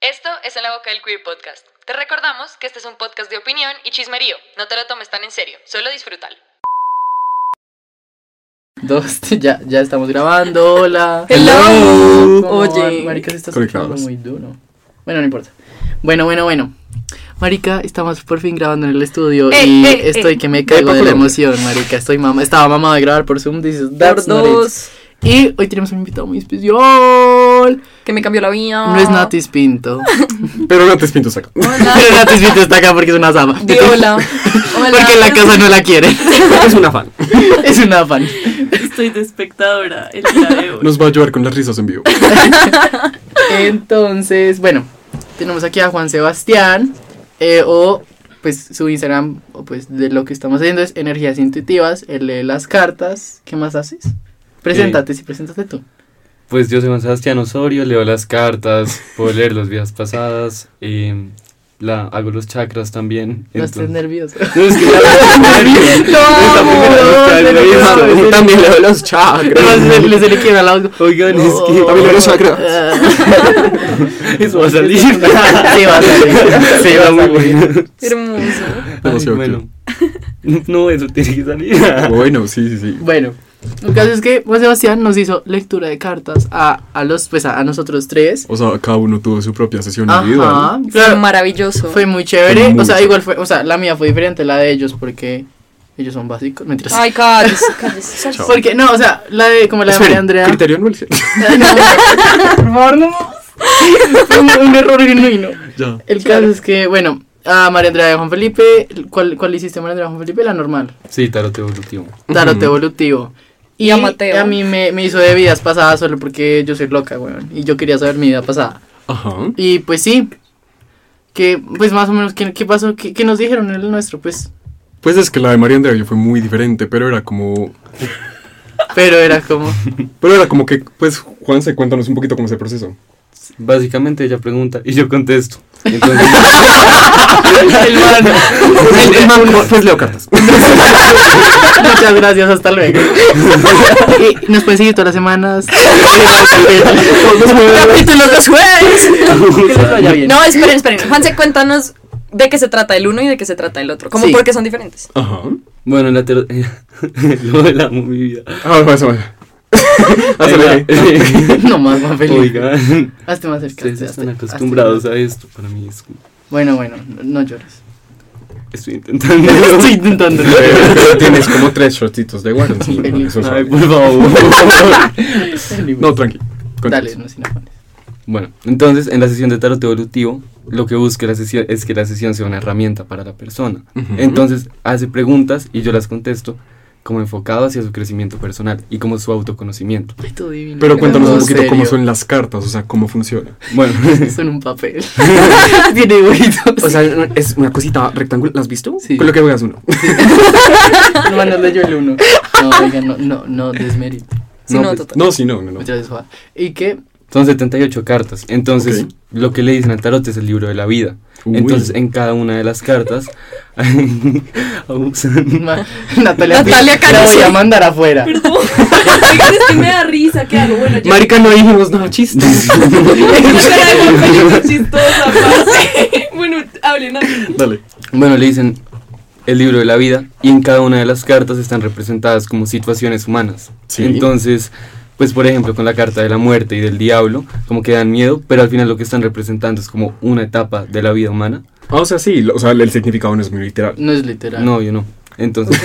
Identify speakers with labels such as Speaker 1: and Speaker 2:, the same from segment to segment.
Speaker 1: Esto es En la Boca del Queer Podcast. Te recordamos que este es un podcast de opinión y chismerío. No te lo tomes tan en serio, solo disfrútalo.
Speaker 2: Dos, ya, ya estamos grabando, hola.
Speaker 3: Hello.
Speaker 2: ¿Cómo
Speaker 3: Oye.
Speaker 2: van? Marica, se está escuchando
Speaker 4: Conectados.
Speaker 2: muy duro. Bueno, no importa. Bueno, bueno, bueno. Marica, estamos por fin grabando en el estudio
Speaker 3: Ey,
Speaker 2: y
Speaker 3: ey,
Speaker 2: estoy
Speaker 3: ey.
Speaker 2: que me caigo
Speaker 4: pa'
Speaker 2: de la
Speaker 4: Colombia.
Speaker 2: emoción, marica. Estoy mamá, estaba mamado de grabar por Zoom, dices,
Speaker 3: Por
Speaker 2: that's not it.
Speaker 3: dos,
Speaker 2: Y hoy tenemos un invitado muy especial.
Speaker 3: que me cambió la vida.
Speaker 2: No es Natis Pinto.
Speaker 4: Pero no te espinto saco.
Speaker 2: Pero Natis Pinto está acá porque es una zapa.
Speaker 3: Viola. Hola.
Speaker 2: Porque en la casa no la quieren.
Speaker 4: es un afán.
Speaker 2: es una fan.
Speaker 5: Estoy de espectadora el día de hoy.
Speaker 4: Nos va a ayudar con las risas en vivo.
Speaker 2: Entonces, bueno, tenemos aquí a Juan Sebastián eh, o pues su Instagram o pues de lo que estamos haciendo es energías intuitivas, él lee las cartas, ¿qué más haces?
Speaker 6: Eh,
Speaker 2: Preséntate, sí, preséntate tú.
Speaker 6: Pues yo soy Juan Sebastián Osorio, leo las cartas, puedo leer las vidas pasadas, eh, la, hago los chakras también.
Speaker 2: No estés
Speaker 6: entonces-
Speaker 2: nervioso.
Speaker 6: No, es que ya
Speaker 2: ¡Lo amo!
Speaker 6: primera vez que
Speaker 2: no,
Speaker 6: lo
Speaker 2: no,
Speaker 6: hizo.
Speaker 2: no,
Speaker 4: También leo los
Speaker 2: no,
Speaker 4: chakras.
Speaker 2: se, le- se le quiebra la voz.
Speaker 6: Oigan, es
Speaker 2: Oh.
Speaker 6: que
Speaker 4: También leo los chakras.
Speaker 2: Ah,
Speaker 6: eso va a salir.
Speaker 2: sí va a salir. Sí va a
Speaker 6: muy
Speaker 2: salir.
Speaker 6: bueno.
Speaker 3: Hermoso.
Speaker 6: Ay,
Speaker 4: Demasiado
Speaker 6: bueno. No, eso tiene que salir.
Speaker 4: Bueno, sí, sí, sí.
Speaker 2: Bueno, el caso es que Juan Sebastián nos hizo lectura de cartas a, a los pues a, a nosotros tres.
Speaker 4: O sea, cada uno tuvo su propia sesión
Speaker 2: Ajá,
Speaker 4: individual.
Speaker 3: Fue
Speaker 2: claro,
Speaker 3: maravilloso.
Speaker 2: Fue muy chévere.
Speaker 4: Fue muy
Speaker 2: o sea,
Speaker 4: chévere.
Speaker 2: igual fue. O sea, la mía fue diferente a la de ellos porque ellos son básicos. Mentiras.
Speaker 3: Ay, cállese, cállese.
Speaker 4: Chao.
Speaker 2: porque, no, o sea, la de. Como la de María
Speaker 4: Esperen,
Speaker 2: Andrea.
Speaker 4: Criterio anual.
Speaker 2: No, por favor, no. fue un, un error genuino.
Speaker 4: Ya.
Speaker 2: El caso es que, bueno, a María Andrea de Juan Felipe. ¿Cuál, cuál hiciste, María Andrea de Juan Felipe? La normal.
Speaker 6: Sí, tarot evolutivo.
Speaker 2: Tarot
Speaker 4: Ujú.
Speaker 2: evolutivo. Y,
Speaker 3: Y a Mateo.
Speaker 2: a mí me, me hizo de vidas pasadas solo porque yo soy loca, weón. Y yo quería saber mi vida pasada.
Speaker 4: Ajá.
Speaker 2: Y pues sí. Que, pues más o menos, ¿qué, qué pasó? ¿Qué, qué nos dijeron en el nuestro? Pues.
Speaker 4: Pues es que la de María Andrea fue muy diferente, pero era como.
Speaker 2: Pero era como.
Speaker 4: Pero era como que, pues, Juan, se cuéntanos un poquito cómo es el proceso.
Speaker 6: Básicamente ella pregunta y yo contesto. Entonces,
Speaker 2: El man.
Speaker 4: El, el man, como, pues leo cartas.
Speaker 2: Muchas gracias, hasta luego. y nos pueden seguir todas las semanas. Capítulo los jueves. Que les vaya bien.
Speaker 3: No, esperen, esperen. Juanse, cuéntanos de qué se trata el uno y de qué se trata el otro. Como
Speaker 2: Sí.
Speaker 3: porque son diferentes.
Speaker 4: Ajá.
Speaker 6: bueno, la tarot. Lo de la movida.
Speaker 4: Ah, bueno, eso va. Hazle ahí.
Speaker 2: No más, Juan Felipe.
Speaker 6: Oigan,
Speaker 2: Hazte más cerca.
Speaker 6: ustedes
Speaker 2: hazte-
Speaker 6: están
Speaker 2: hazte-
Speaker 6: acostumbrados
Speaker 2: hazte-
Speaker 6: a esto. Para mí es
Speaker 2: Bueno, bueno, no llores.
Speaker 6: Estoy intentando.
Speaker 2: Estoy intentando.
Speaker 4: Pero- pero Tienes como tres shotitos de guano encima,
Speaker 2: Feliz.
Speaker 4: eso
Speaker 6: Ay,
Speaker 4: sabe.
Speaker 6: por favor.
Speaker 4: No, tranqui.
Speaker 2: Dale,
Speaker 4: Cuéntanos.
Speaker 2: no sin afanes.
Speaker 6: bueno, entonces en la sesión de tarot evolutivo, lo que busca la sesión es que la sesión sea una herramienta para la persona.
Speaker 4: Ujú.
Speaker 6: Entonces hace preguntas y yo las contesto como enfocado hacia su crecimiento personal y como su autoconocimiento.
Speaker 2: Ay, todo divino.
Speaker 4: Pero cuéntanos
Speaker 2: Todo
Speaker 4: un poquito cómo
Speaker 2: serio.
Speaker 4: son las cartas, o sea, cómo funciona.
Speaker 6: Bueno,
Speaker 2: Son un papel. Tiene dibujitos.
Speaker 4: O sea, es una cosita rectangular, ¿la has visto?
Speaker 2: Sí.
Speaker 4: Con lo que veas uno.
Speaker 2: No, no leyó el uno. No, oiga, no, no, no, desmerito.
Speaker 3: Si
Speaker 6: No,
Speaker 3: no,
Speaker 6: pues,
Speaker 3: total.
Speaker 4: No, sí, no, no, no.
Speaker 2: Muchas gracias, Juan. Y que
Speaker 6: son 78 cartas. Entonces,
Speaker 4: Ok.
Speaker 6: lo que le dicen al tarot es el libro de la vida.
Speaker 4: Uy.
Speaker 6: Entonces, en cada una de las cartas abusan.
Speaker 2: Ma- Natalia,
Speaker 3: Natalia
Speaker 2: la voy
Speaker 3: Caracol.
Speaker 2: a mandar afuera.
Speaker 5: Perdón. Oigan, es que me da risa, ¿qué hago? Bueno, yo
Speaker 4: Marica, no dijimos nada chiste.
Speaker 5: Yo era de Juan Felipe, chistosa, parce. Bueno, hablen a mí.
Speaker 4: Dale.
Speaker 6: Bueno, le dicen el libro de la vida y en cada una de las cartas están representadas como situaciones humanas.
Speaker 4: Sí.
Speaker 6: Entonces, pues por ejemplo, con la carta de la muerte y del diablo, como que dan miedo, pero al final lo que están representando es como una etapa de la vida humana.
Speaker 4: Ah, o sea, sí, lo- o sea, el significado no es muy literal.
Speaker 2: No es literal.
Speaker 6: No, yo no. Entonces,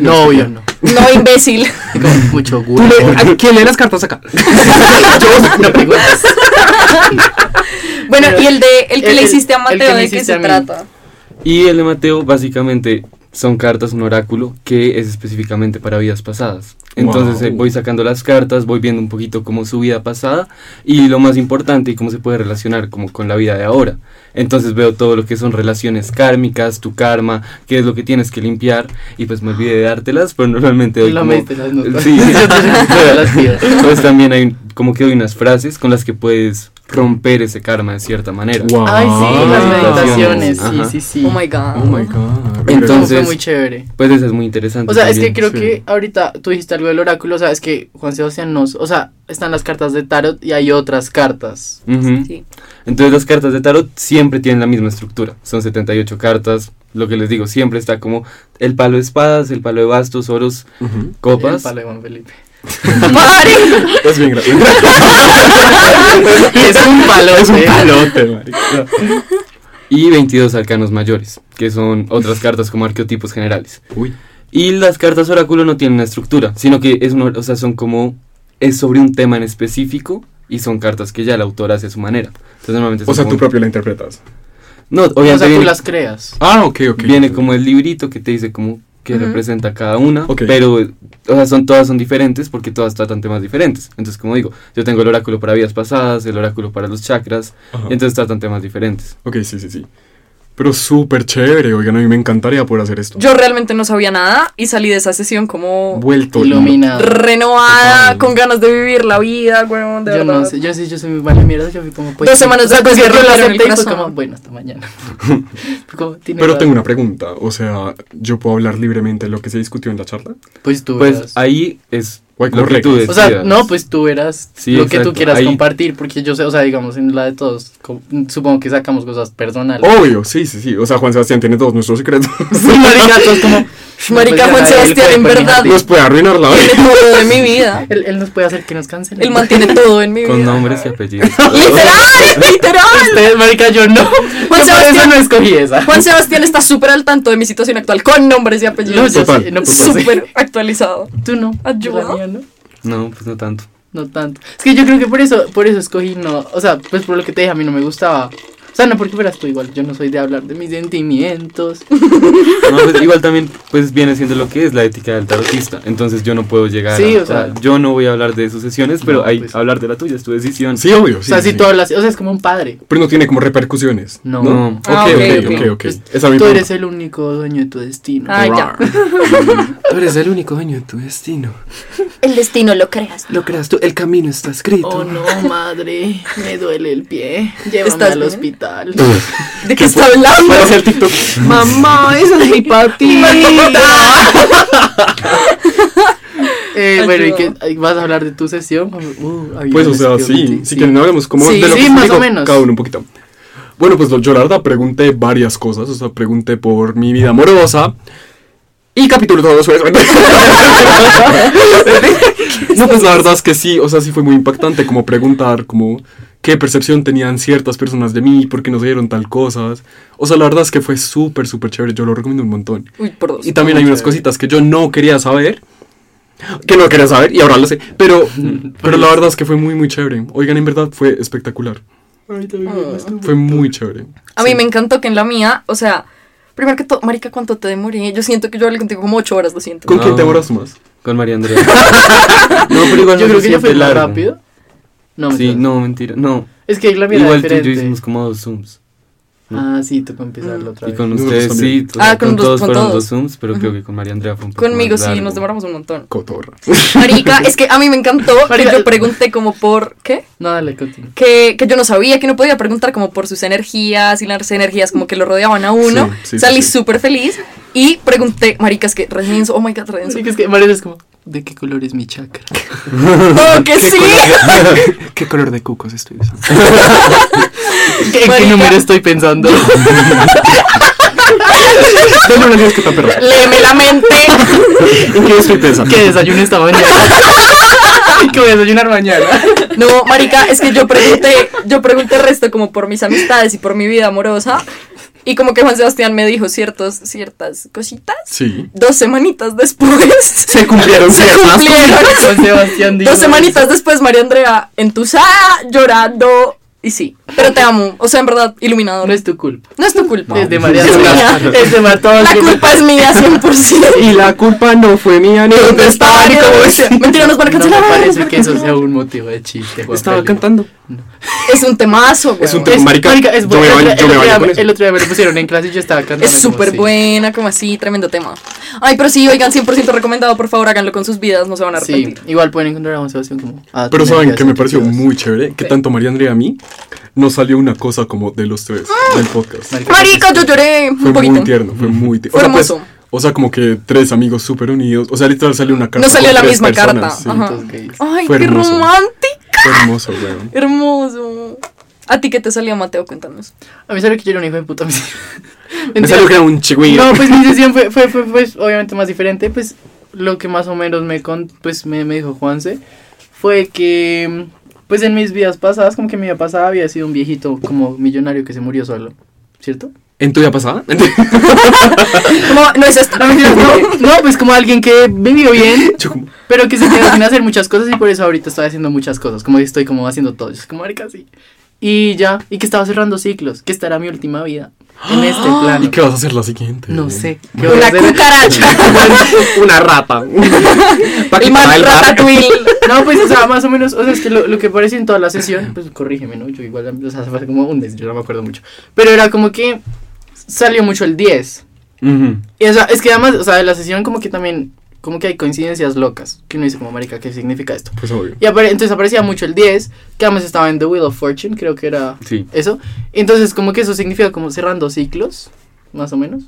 Speaker 2: No, obvio no.
Speaker 3: No, imbécil.
Speaker 2: Con mucho gusto.
Speaker 4: ¿Quién lee las cartas acá?
Speaker 2: No preguntes.
Speaker 3: Bueno,
Speaker 2: Pero-
Speaker 3: y el de el que
Speaker 2: el-
Speaker 3: le hiciste a
Speaker 2: el que
Speaker 3: Mateo,
Speaker 2: me
Speaker 3: ¿de qué
Speaker 2: hiciste a
Speaker 3: se
Speaker 2: mí.
Speaker 3: trata?
Speaker 6: y el de Mateo básicamente son cartas, un oráculo que es específicamente para vidas pasadas. Entonces
Speaker 4: Wow.
Speaker 6: eh, voy sacando las cartas, voy viendo un poquito cómo es su vida pasada y lo más importante y cómo se puede relacionar como con la vida de ahora. Entonces veo todo lo que son relaciones kármicas, tu karma, qué es lo que tienes que limpiar y pues me olvidé de dártelas, pero normalmente doy
Speaker 2: La
Speaker 6: como-
Speaker 2: mente, las notas.
Speaker 6: Sí.
Speaker 2: Yo te- yo te las pido.
Speaker 6: pues también hay como que doy unas frases con las que puedes romper ese karma de cierta manera.
Speaker 4: Wow.
Speaker 2: Ay, sí, las meditaciones.
Speaker 6: Ajá.
Speaker 2: Sí, sí, sí.
Speaker 3: Oh my god.
Speaker 4: Oh my god.
Speaker 2: Entonces,
Speaker 6: Entonces-
Speaker 2: muy chévere.
Speaker 6: Pues eso es muy interesante.
Speaker 2: O sea, es que
Speaker 6: también.
Speaker 2: creo
Speaker 4: sí.
Speaker 2: que ahorita tú dijiste algo del oráculo, o sea, es que Juan Sebastián nos, o sea, están las cartas de tarot y hay otras cartas.
Speaker 6: Ujú.
Speaker 3: Sí.
Speaker 6: Entonces las cartas de tarot siempre tienen la misma estructura. Son 78 cartas. Lo que les digo, siempre está como el palo de espadas, el palo de bastos, oros,
Speaker 4: Ujú.
Speaker 2: El
Speaker 6: copas.
Speaker 2: palo de Juan Felipe.
Speaker 3: Pare.
Speaker 4: Es bien grave.
Speaker 2: es un palo,
Speaker 4: es un
Speaker 2: ¿eh?
Speaker 4: palote, marica.
Speaker 6: Y 22 arcanos mayores, que son otras cartas como arqueotipos generales.
Speaker 4: Uy.
Speaker 6: Y las cartas oráculo no tienen una estructura, sino que es una- o sea, son como es sobre un tema en específico y son cartas que ya el autor hace a su manera. Entonces normalmente
Speaker 4: O
Speaker 6: son
Speaker 4: sea, tú
Speaker 6: como-
Speaker 4: propio la interpretas.
Speaker 6: No, obviamente
Speaker 2: O sea, tú
Speaker 6: viene,
Speaker 2: las creas.
Speaker 4: Ah, ok, ok.
Speaker 6: viene como el librito que te dice como que
Speaker 3: Ujú.
Speaker 6: representa cada una,
Speaker 4: Ok.
Speaker 6: pero o sea, son todas son diferentes porque todas tratan temas diferentes. Entonces, como digo, yo tengo el oráculo para vidas pasadas, el oráculo para los chakras,
Speaker 4: Ajá.
Speaker 6: y entonces tratan temas diferentes.
Speaker 4: Ok, sí, sí, sí. Pero súper chévere, oigan, a mí me encantaría poder hacer esto.
Speaker 3: Yo realmente no sabía nada y salí de esa sesión como
Speaker 4: Vuelto
Speaker 2: Iluminado.
Speaker 3: renovada,
Speaker 4: Total.
Speaker 3: con ganas de vivir la vida, weón, de
Speaker 2: Yo
Speaker 3: verdad.
Speaker 2: no sé, yo sí, yo soy muy mala mierda, yo fui como pues.
Speaker 3: Dos semanas
Speaker 2: o sea,
Speaker 3: después
Speaker 2: pues,
Speaker 3: me
Speaker 2: yo la
Speaker 3: rompieron el
Speaker 2: acepté y fue
Speaker 3: corazón.
Speaker 2: como, bueno, hasta mañana. Fue como, tiene
Speaker 4: Pero
Speaker 2: razón.
Speaker 4: tengo una pregunta, o sea, ¿yo puedo hablar libremente de lo que se discutió en la charla?
Speaker 2: Pues tú
Speaker 6: Pues
Speaker 2: verás.
Speaker 6: ahí es
Speaker 4: O hay
Speaker 6: lo
Speaker 4: como
Speaker 6: que tú
Speaker 4: reglas.
Speaker 2: O sea,
Speaker 6: decidas.
Speaker 2: no, pues tú verás
Speaker 6: Sí,
Speaker 2: lo que
Speaker 6: exacto,
Speaker 2: tú quieras
Speaker 6: ahí-
Speaker 2: compartir, porque yo sé, o sea, digamos, en la de todos, co- supongo que sacamos cosas personales.
Speaker 4: Obvio, sí, sí, sí. O sea, Juan Sebastián tiene todos nuestros secretos.
Speaker 2: Sí, marica, todos como...
Speaker 3: Marica,
Speaker 2: pues,
Speaker 3: Juan
Speaker 2: ya, él
Speaker 3: Sebastián,
Speaker 2: puede
Speaker 3: en
Speaker 2: poner
Speaker 3: verdad.
Speaker 2: ti.
Speaker 4: Nos puede arruinar la
Speaker 3: Tiene
Speaker 4: vida.
Speaker 3: todo de mi vida.
Speaker 2: Él, él nos puede hacer que nos cancelen.
Speaker 3: Él mantiene todo en mi
Speaker 6: con
Speaker 3: vida.
Speaker 6: nombres y apellidos.
Speaker 3: Literal, literal.
Speaker 2: Ustedes, marica, yo no. Yo por eso
Speaker 3: Sebastián.
Speaker 2: no escogí esa.
Speaker 3: Juan Sebastián está súper al tanto de mi situación actual con nombres y
Speaker 2: No,
Speaker 3: apellidos.
Speaker 2: yo
Speaker 4: Total.
Speaker 2: sí, no, pues, sí.
Speaker 3: súper actualizado.
Speaker 2: Tú no.
Speaker 3: Ayuda.
Speaker 2: La mía no.
Speaker 6: No, pues no tanto.
Speaker 2: No tanto. Es que yo creo que por eso, por eso escogí no. O sea, pues por lo que te dije, a mí no me gustaba. O sea, no porque fueras tú igual. Yo no soy de hablar de mis sentimientos.
Speaker 6: No, pues, igual también pues viene siendo lo que es la ética del tarotista. Entonces yo no puedo llegar
Speaker 2: Sí,
Speaker 6: a,
Speaker 2: o sea-
Speaker 6: yo no voy a hablar de sus sesiones, pero
Speaker 2: No,
Speaker 6: hay
Speaker 2: pues.
Speaker 6: hablar de la tuya, es tu decisión.
Speaker 4: Sí, obvio,
Speaker 2: O
Speaker 4: sí.
Speaker 2: sea,
Speaker 4: sí,
Speaker 2: si
Speaker 4: sí.
Speaker 2: tú hablas, o sea, es como un padre.
Speaker 4: Pero no tiene como repercusiones.
Speaker 2: No.
Speaker 6: No.
Speaker 4: Ok,
Speaker 3: Ah,
Speaker 4: ok,
Speaker 3: ok,
Speaker 4: ok,
Speaker 3: ok.
Speaker 4: ok.
Speaker 2: Pues,
Speaker 4: Esa es mi
Speaker 2: Tú
Speaker 4: pregunta.
Speaker 2: eres el único dueño de tu destino.
Speaker 3: Ay, ya.
Speaker 7: Tú eres el único dueño de tu destino.
Speaker 3: El destino lo creas.
Speaker 7: Lo creas tú, el camino está escrito.
Speaker 2: Oh no, madre, me duele el pie. Llévame
Speaker 3: ¿Estás
Speaker 2: al
Speaker 3: bien?
Speaker 2: hospital.
Speaker 3: ¿De qué está hablando?
Speaker 4: Para hacer TikTok.
Speaker 2: Mamá, eso es hepatita. eh, bueno, ¿y
Speaker 3: Ayuda.
Speaker 2: qué vas a hablar de tu sesión? Uh, ay,
Speaker 4: Pues, o
Speaker 2: les
Speaker 4: sea,
Speaker 2: quiero
Speaker 4: sí.
Speaker 2: mentir,
Speaker 4: Si quieren, hablemos como
Speaker 3: Sí,
Speaker 4: de lo
Speaker 2: sí,
Speaker 4: que se
Speaker 2: más
Speaker 4: dijo
Speaker 2: o menos.
Speaker 4: cada uno un poquito. Bueno, pues yo la verdad pregunté varias cosas. O sea, pregunté por mi vida amorosa. Y capítulo todo eso. no, pues la verdad es que sí. O sea, sí fue muy impactante como preguntar como qué percepción tenían ciertas personas de mí, por qué nos dieron tal cosas. O sea, la verdad es que fue súper, súper chévere. Yo lo recomiendo un montón.
Speaker 3: Uy, por dos.
Speaker 4: Y también hay unas cositas que yo no quería saber. Que no quería saber y ahora lo sé. Pero, pero la verdad es que fue muy, muy chévere. Oigan, en verdad fue espectacular.
Speaker 2: Ah.
Speaker 4: Fue muy chévere.
Speaker 3: A mí me encantó que en la mía, o sea, primero que todo, Marica, ¿cuánto te demoré? Yo siento que yo hablé contigo como ocho horas, lo siento.
Speaker 4: ¿Con quién
Speaker 6: No.
Speaker 4: te demoras más?
Speaker 6: Con María Andrea. no, pero igual
Speaker 2: Yo
Speaker 6: no
Speaker 2: creo que yo
Speaker 6: se
Speaker 2: fui
Speaker 6: siente
Speaker 2: más
Speaker 6: largo.
Speaker 2: rápido. No,
Speaker 6: Sí,
Speaker 2: mentira.
Speaker 6: no, mentira. No.
Speaker 2: Es que la mía era
Speaker 6: igual tú y yo
Speaker 2: diferente.
Speaker 6: hicimos como dos zooms.
Speaker 2: Ah, sí, tocó empezarlo otra
Speaker 6: Y
Speaker 2: vez.
Speaker 6: con
Speaker 4: Nosotros
Speaker 6: ustedes sí,
Speaker 4: también.
Speaker 6: o sea,
Speaker 3: Ah, con los-
Speaker 6: todos
Speaker 3: con
Speaker 6: fueron
Speaker 3: todos.
Speaker 6: dos zooms, pero creo que con María Andrea fue un poco
Speaker 3: Conmigo
Speaker 6: más
Speaker 3: sí,
Speaker 6: largo.
Speaker 3: nos demoramos un montón.
Speaker 4: Cotorra.
Speaker 3: Marica, es que a mí me encantó que
Speaker 2: Marica,
Speaker 3: yo
Speaker 2: el-
Speaker 3: pregunté como por, ¿qué?
Speaker 2: No, dale, continúa.
Speaker 3: Que, que yo no sabía, que no podía preguntar como por sus energías y las energías como que lo rodeaban a uno.
Speaker 4: Sí, sí,
Speaker 3: Salí
Speaker 4: sí, sí.
Speaker 3: súper feliz y pregunté, Marica, es que redenso, oh my god, redenso.
Speaker 2: Sí, que es que María es como, ¿de qué color es mi chakra?
Speaker 3: ¡Oh, que sí!
Speaker 7: ¿Qué color de cucos estoy usando?
Speaker 2: ¿En qué
Speaker 3: Marica.
Speaker 2: número estoy pensando?
Speaker 4: Dale una que está perra.
Speaker 3: Léeme la mente.
Speaker 4: ¿En qué estoy pensando?
Speaker 2: ¿Qué desayuno esta mañana? ¿Qué voy a desayunar mañana?
Speaker 3: No, marica, es que yo pregunté, yo pregunté el resto como por mis amistades y por mi vida amorosa. Y como que Juan Sebastián me dijo ciertos, ciertas cositas.
Speaker 4: Sí.
Speaker 3: Dos semanitas después. Se
Speaker 4: cumplieron ciertas.
Speaker 2: Juan Sebastián dijo
Speaker 3: Dos semanitas después, María Andrea, entusada, llorando. Y sí. Pero te amo. O sea, en verdad, iluminador.
Speaker 2: No es tu culpa.
Speaker 3: No es tu culpa.
Speaker 2: Es de María.
Speaker 3: Es mía.
Speaker 2: Es de Mar- todas
Speaker 3: La
Speaker 2: que-
Speaker 3: culpa es mía 100%.
Speaker 4: Y la culpa no fue mía ni
Speaker 3: ¿Dónde estaba? Ni cómo decía. Mentira, nos van a
Speaker 2: No
Speaker 3: cancelar.
Speaker 2: me
Speaker 3: nos
Speaker 2: parece
Speaker 3: van a
Speaker 2: que eso
Speaker 3: cancelar.
Speaker 2: sea un motivo de chiste, Juan
Speaker 7: Estaba
Speaker 2: Felipe.
Speaker 7: cantando.
Speaker 3: Es un temazo, güey.
Speaker 4: Es un tema, marica,
Speaker 2: es
Speaker 4: yo
Speaker 2: bueno.
Speaker 4: me
Speaker 2: El,
Speaker 4: baño-
Speaker 2: otro-
Speaker 4: yo me
Speaker 2: el
Speaker 4: baño
Speaker 2: otro
Speaker 4: con
Speaker 2: día-
Speaker 4: eso.
Speaker 2: el otro día me lo pusieron en clase y yo estaba cantando.
Speaker 3: Es
Speaker 2: como
Speaker 3: súper
Speaker 2: así.
Speaker 3: buena, como así, tremendo tema. Ay, pero sí, oigan, 100% recomendado, por favor, háganlo con sus vidas, no se van a
Speaker 2: Sí,
Speaker 3: arrepentir.
Speaker 2: igual pueden encontrar a Juan Sebastián como. ah,
Speaker 4: Pero
Speaker 2: tiene
Speaker 4: saben que me
Speaker 2: ideas
Speaker 4: pareció
Speaker 2: intuitivas.
Speaker 4: muy chévere que
Speaker 3: Sí.
Speaker 4: tanto María Andrea y a mí nos salió una cosa como de los tres del podcast.
Speaker 2: Marica,
Speaker 3: Marica, yo lloré
Speaker 4: Fue
Speaker 3: un
Speaker 4: muy
Speaker 3: poquito.
Speaker 4: tierno, fue muy tierno.
Speaker 3: Fue
Speaker 4: o sea, pues,
Speaker 3: hermoso.
Speaker 4: o sea, como que tres amigos súper unidos. O sea, literal salió una carta.
Speaker 3: No salió
Speaker 4: con
Speaker 3: la
Speaker 4: tres
Speaker 3: misma carta,
Speaker 4: personas, sí.
Speaker 3: ajá.
Speaker 2: Entonces, gays.
Speaker 3: Ay,
Speaker 4: Fue
Speaker 3: qué
Speaker 4: hermoso.
Speaker 3: romántico.
Speaker 4: Fue hermoso, weón.
Speaker 3: Hermoso. ¿A ti qué te salía, Mateo? Cuéntanos.
Speaker 2: A mí salió que yo era un hijo de puta.
Speaker 7: Me
Speaker 2: Mentira.
Speaker 7: salió que era un chihuahua.
Speaker 2: No, pues mi sesión fue, fue, fue, pues, obviamente más diferente. Pues lo que más o menos me, con, pues, me, me dijo Juanse fue que, pues en mis vidas pasadas, como que mi vida pasada había sido un viejito como millonario que se murió solo, ¿cierto?
Speaker 7: ¿En tu vida pasada?
Speaker 3: No, no es esta.
Speaker 2: No, mentiras, no, no, pues como alguien que vivió bien,
Speaker 4: Yo como,
Speaker 2: pero que se quedó sin hacer muchas cosas y por eso ahorita estoy haciendo muchas cosas, como estoy como haciendo todo, yo soy como marica así. Y ya, y que estaba cerrando ciclos, que esta era mi última vida en este plano.
Speaker 4: ¿Y qué vas a hacer la siguiente?
Speaker 2: No sé. ¿qué voy a
Speaker 3: Una
Speaker 2: hacer?
Speaker 3: cucaracha.
Speaker 7: Una rata. Pa'
Speaker 3: El
Speaker 7: quitar
Speaker 3: man
Speaker 7: el rap.
Speaker 3: ratatouille.
Speaker 2: No, pues, o sea, más o menos, o sea, es que lo, lo que parece en toda la sesión, pues, corrígeme, ¿no? Yo igual, o sea, hace como un mes, yo no me acuerdo mucho. Pero era como que salió mucho el 10.
Speaker 6: Ujú.
Speaker 2: Y, o sea, es que además, o sea, de la sesión como que también, como que hay coincidencias locas, que uno dice como, marica, ¿qué significa esto?
Speaker 4: Pues obvio.
Speaker 2: Y apare- entonces aparecía mucho el 10, que además estaba en The Wheel of Fortune, creo que era
Speaker 6: Sí.
Speaker 2: eso. Entonces, como que eso significa como cerrando ciclos, más o menos.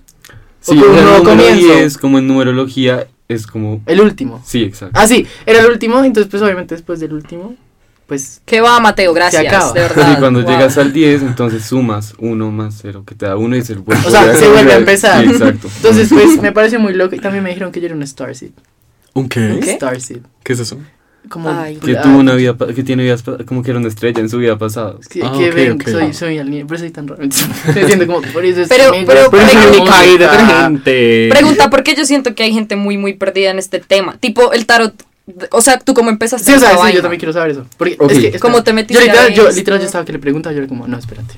Speaker 6: Sí,
Speaker 2: como
Speaker 6: o sea,
Speaker 2: un nuevo
Speaker 6: número
Speaker 2: comienzo.
Speaker 6: 10, como en numerología, es como.
Speaker 2: El último.
Speaker 6: Sí, exacto.
Speaker 2: Ah, sí, era el último, entonces, pues, obviamente, después del último, pues,
Speaker 3: Que va, Mateo,
Speaker 2: acaba.
Speaker 3: gracias. De verdad.
Speaker 6: Y cuando
Speaker 3: Wow.
Speaker 6: llegas al 10, entonces sumas 1 más 0, que te da 1 y es el
Speaker 2: O sea, se vuelve a empezar.
Speaker 6: Sí, exacto.
Speaker 2: Entonces, pues, me parece muy loco. Y también me dijeron que yo era un Starseed.
Speaker 4: ¿Un qué?
Speaker 3: ¿Qué?
Speaker 2: Starseed.
Speaker 4: ¿Qué es eso?
Speaker 2: Como.
Speaker 3: Ay.
Speaker 6: que
Speaker 2: ah,
Speaker 6: tuvo una vida, pa- que tiene vidas, pa- como que era una estrella en su vida pasada.
Speaker 2: es Que,
Speaker 4: Ah,
Speaker 2: que
Speaker 4: ok,
Speaker 2: ven,
Speaker 4: ok.
Speaker 2: soy, soy alien, por eso soy tan raro. Me siento como, por eso es
Speaker 3: Pero-
Speaker 2: que me
Speaker 3: pero-
Speaker 2: gusta
Speaker 3: pero-
Speaker 2: la
Speaker 3: pero-
Speaker 2: música.
Speaker 7: Caí detergente.
Speaker 3: Pregunta, porque yo siento que hay gente muy, muy perdida en este tema. Tipo, el tarot. O sea, tú como empezaste
Speaker 2: Sí, o
Speaker 3: esta
Speaker 2: sea, sí,
Speaker 3: vaina?
Speaker 2: yo también quiero saber eso. Porque
Speaker 6: Ok.
Speaker 2: es que. espera,
Speaker 3: ¿Cómo te
Speaker 2: Yo
Speaker 3: metiste
Speaker 2: literal,
Speaker 3: a
Speaker 2: yo,
Speaker 3: esto?
Speaker 2: literal, yo estaba que le preguntaba, yo era como, no, espérate.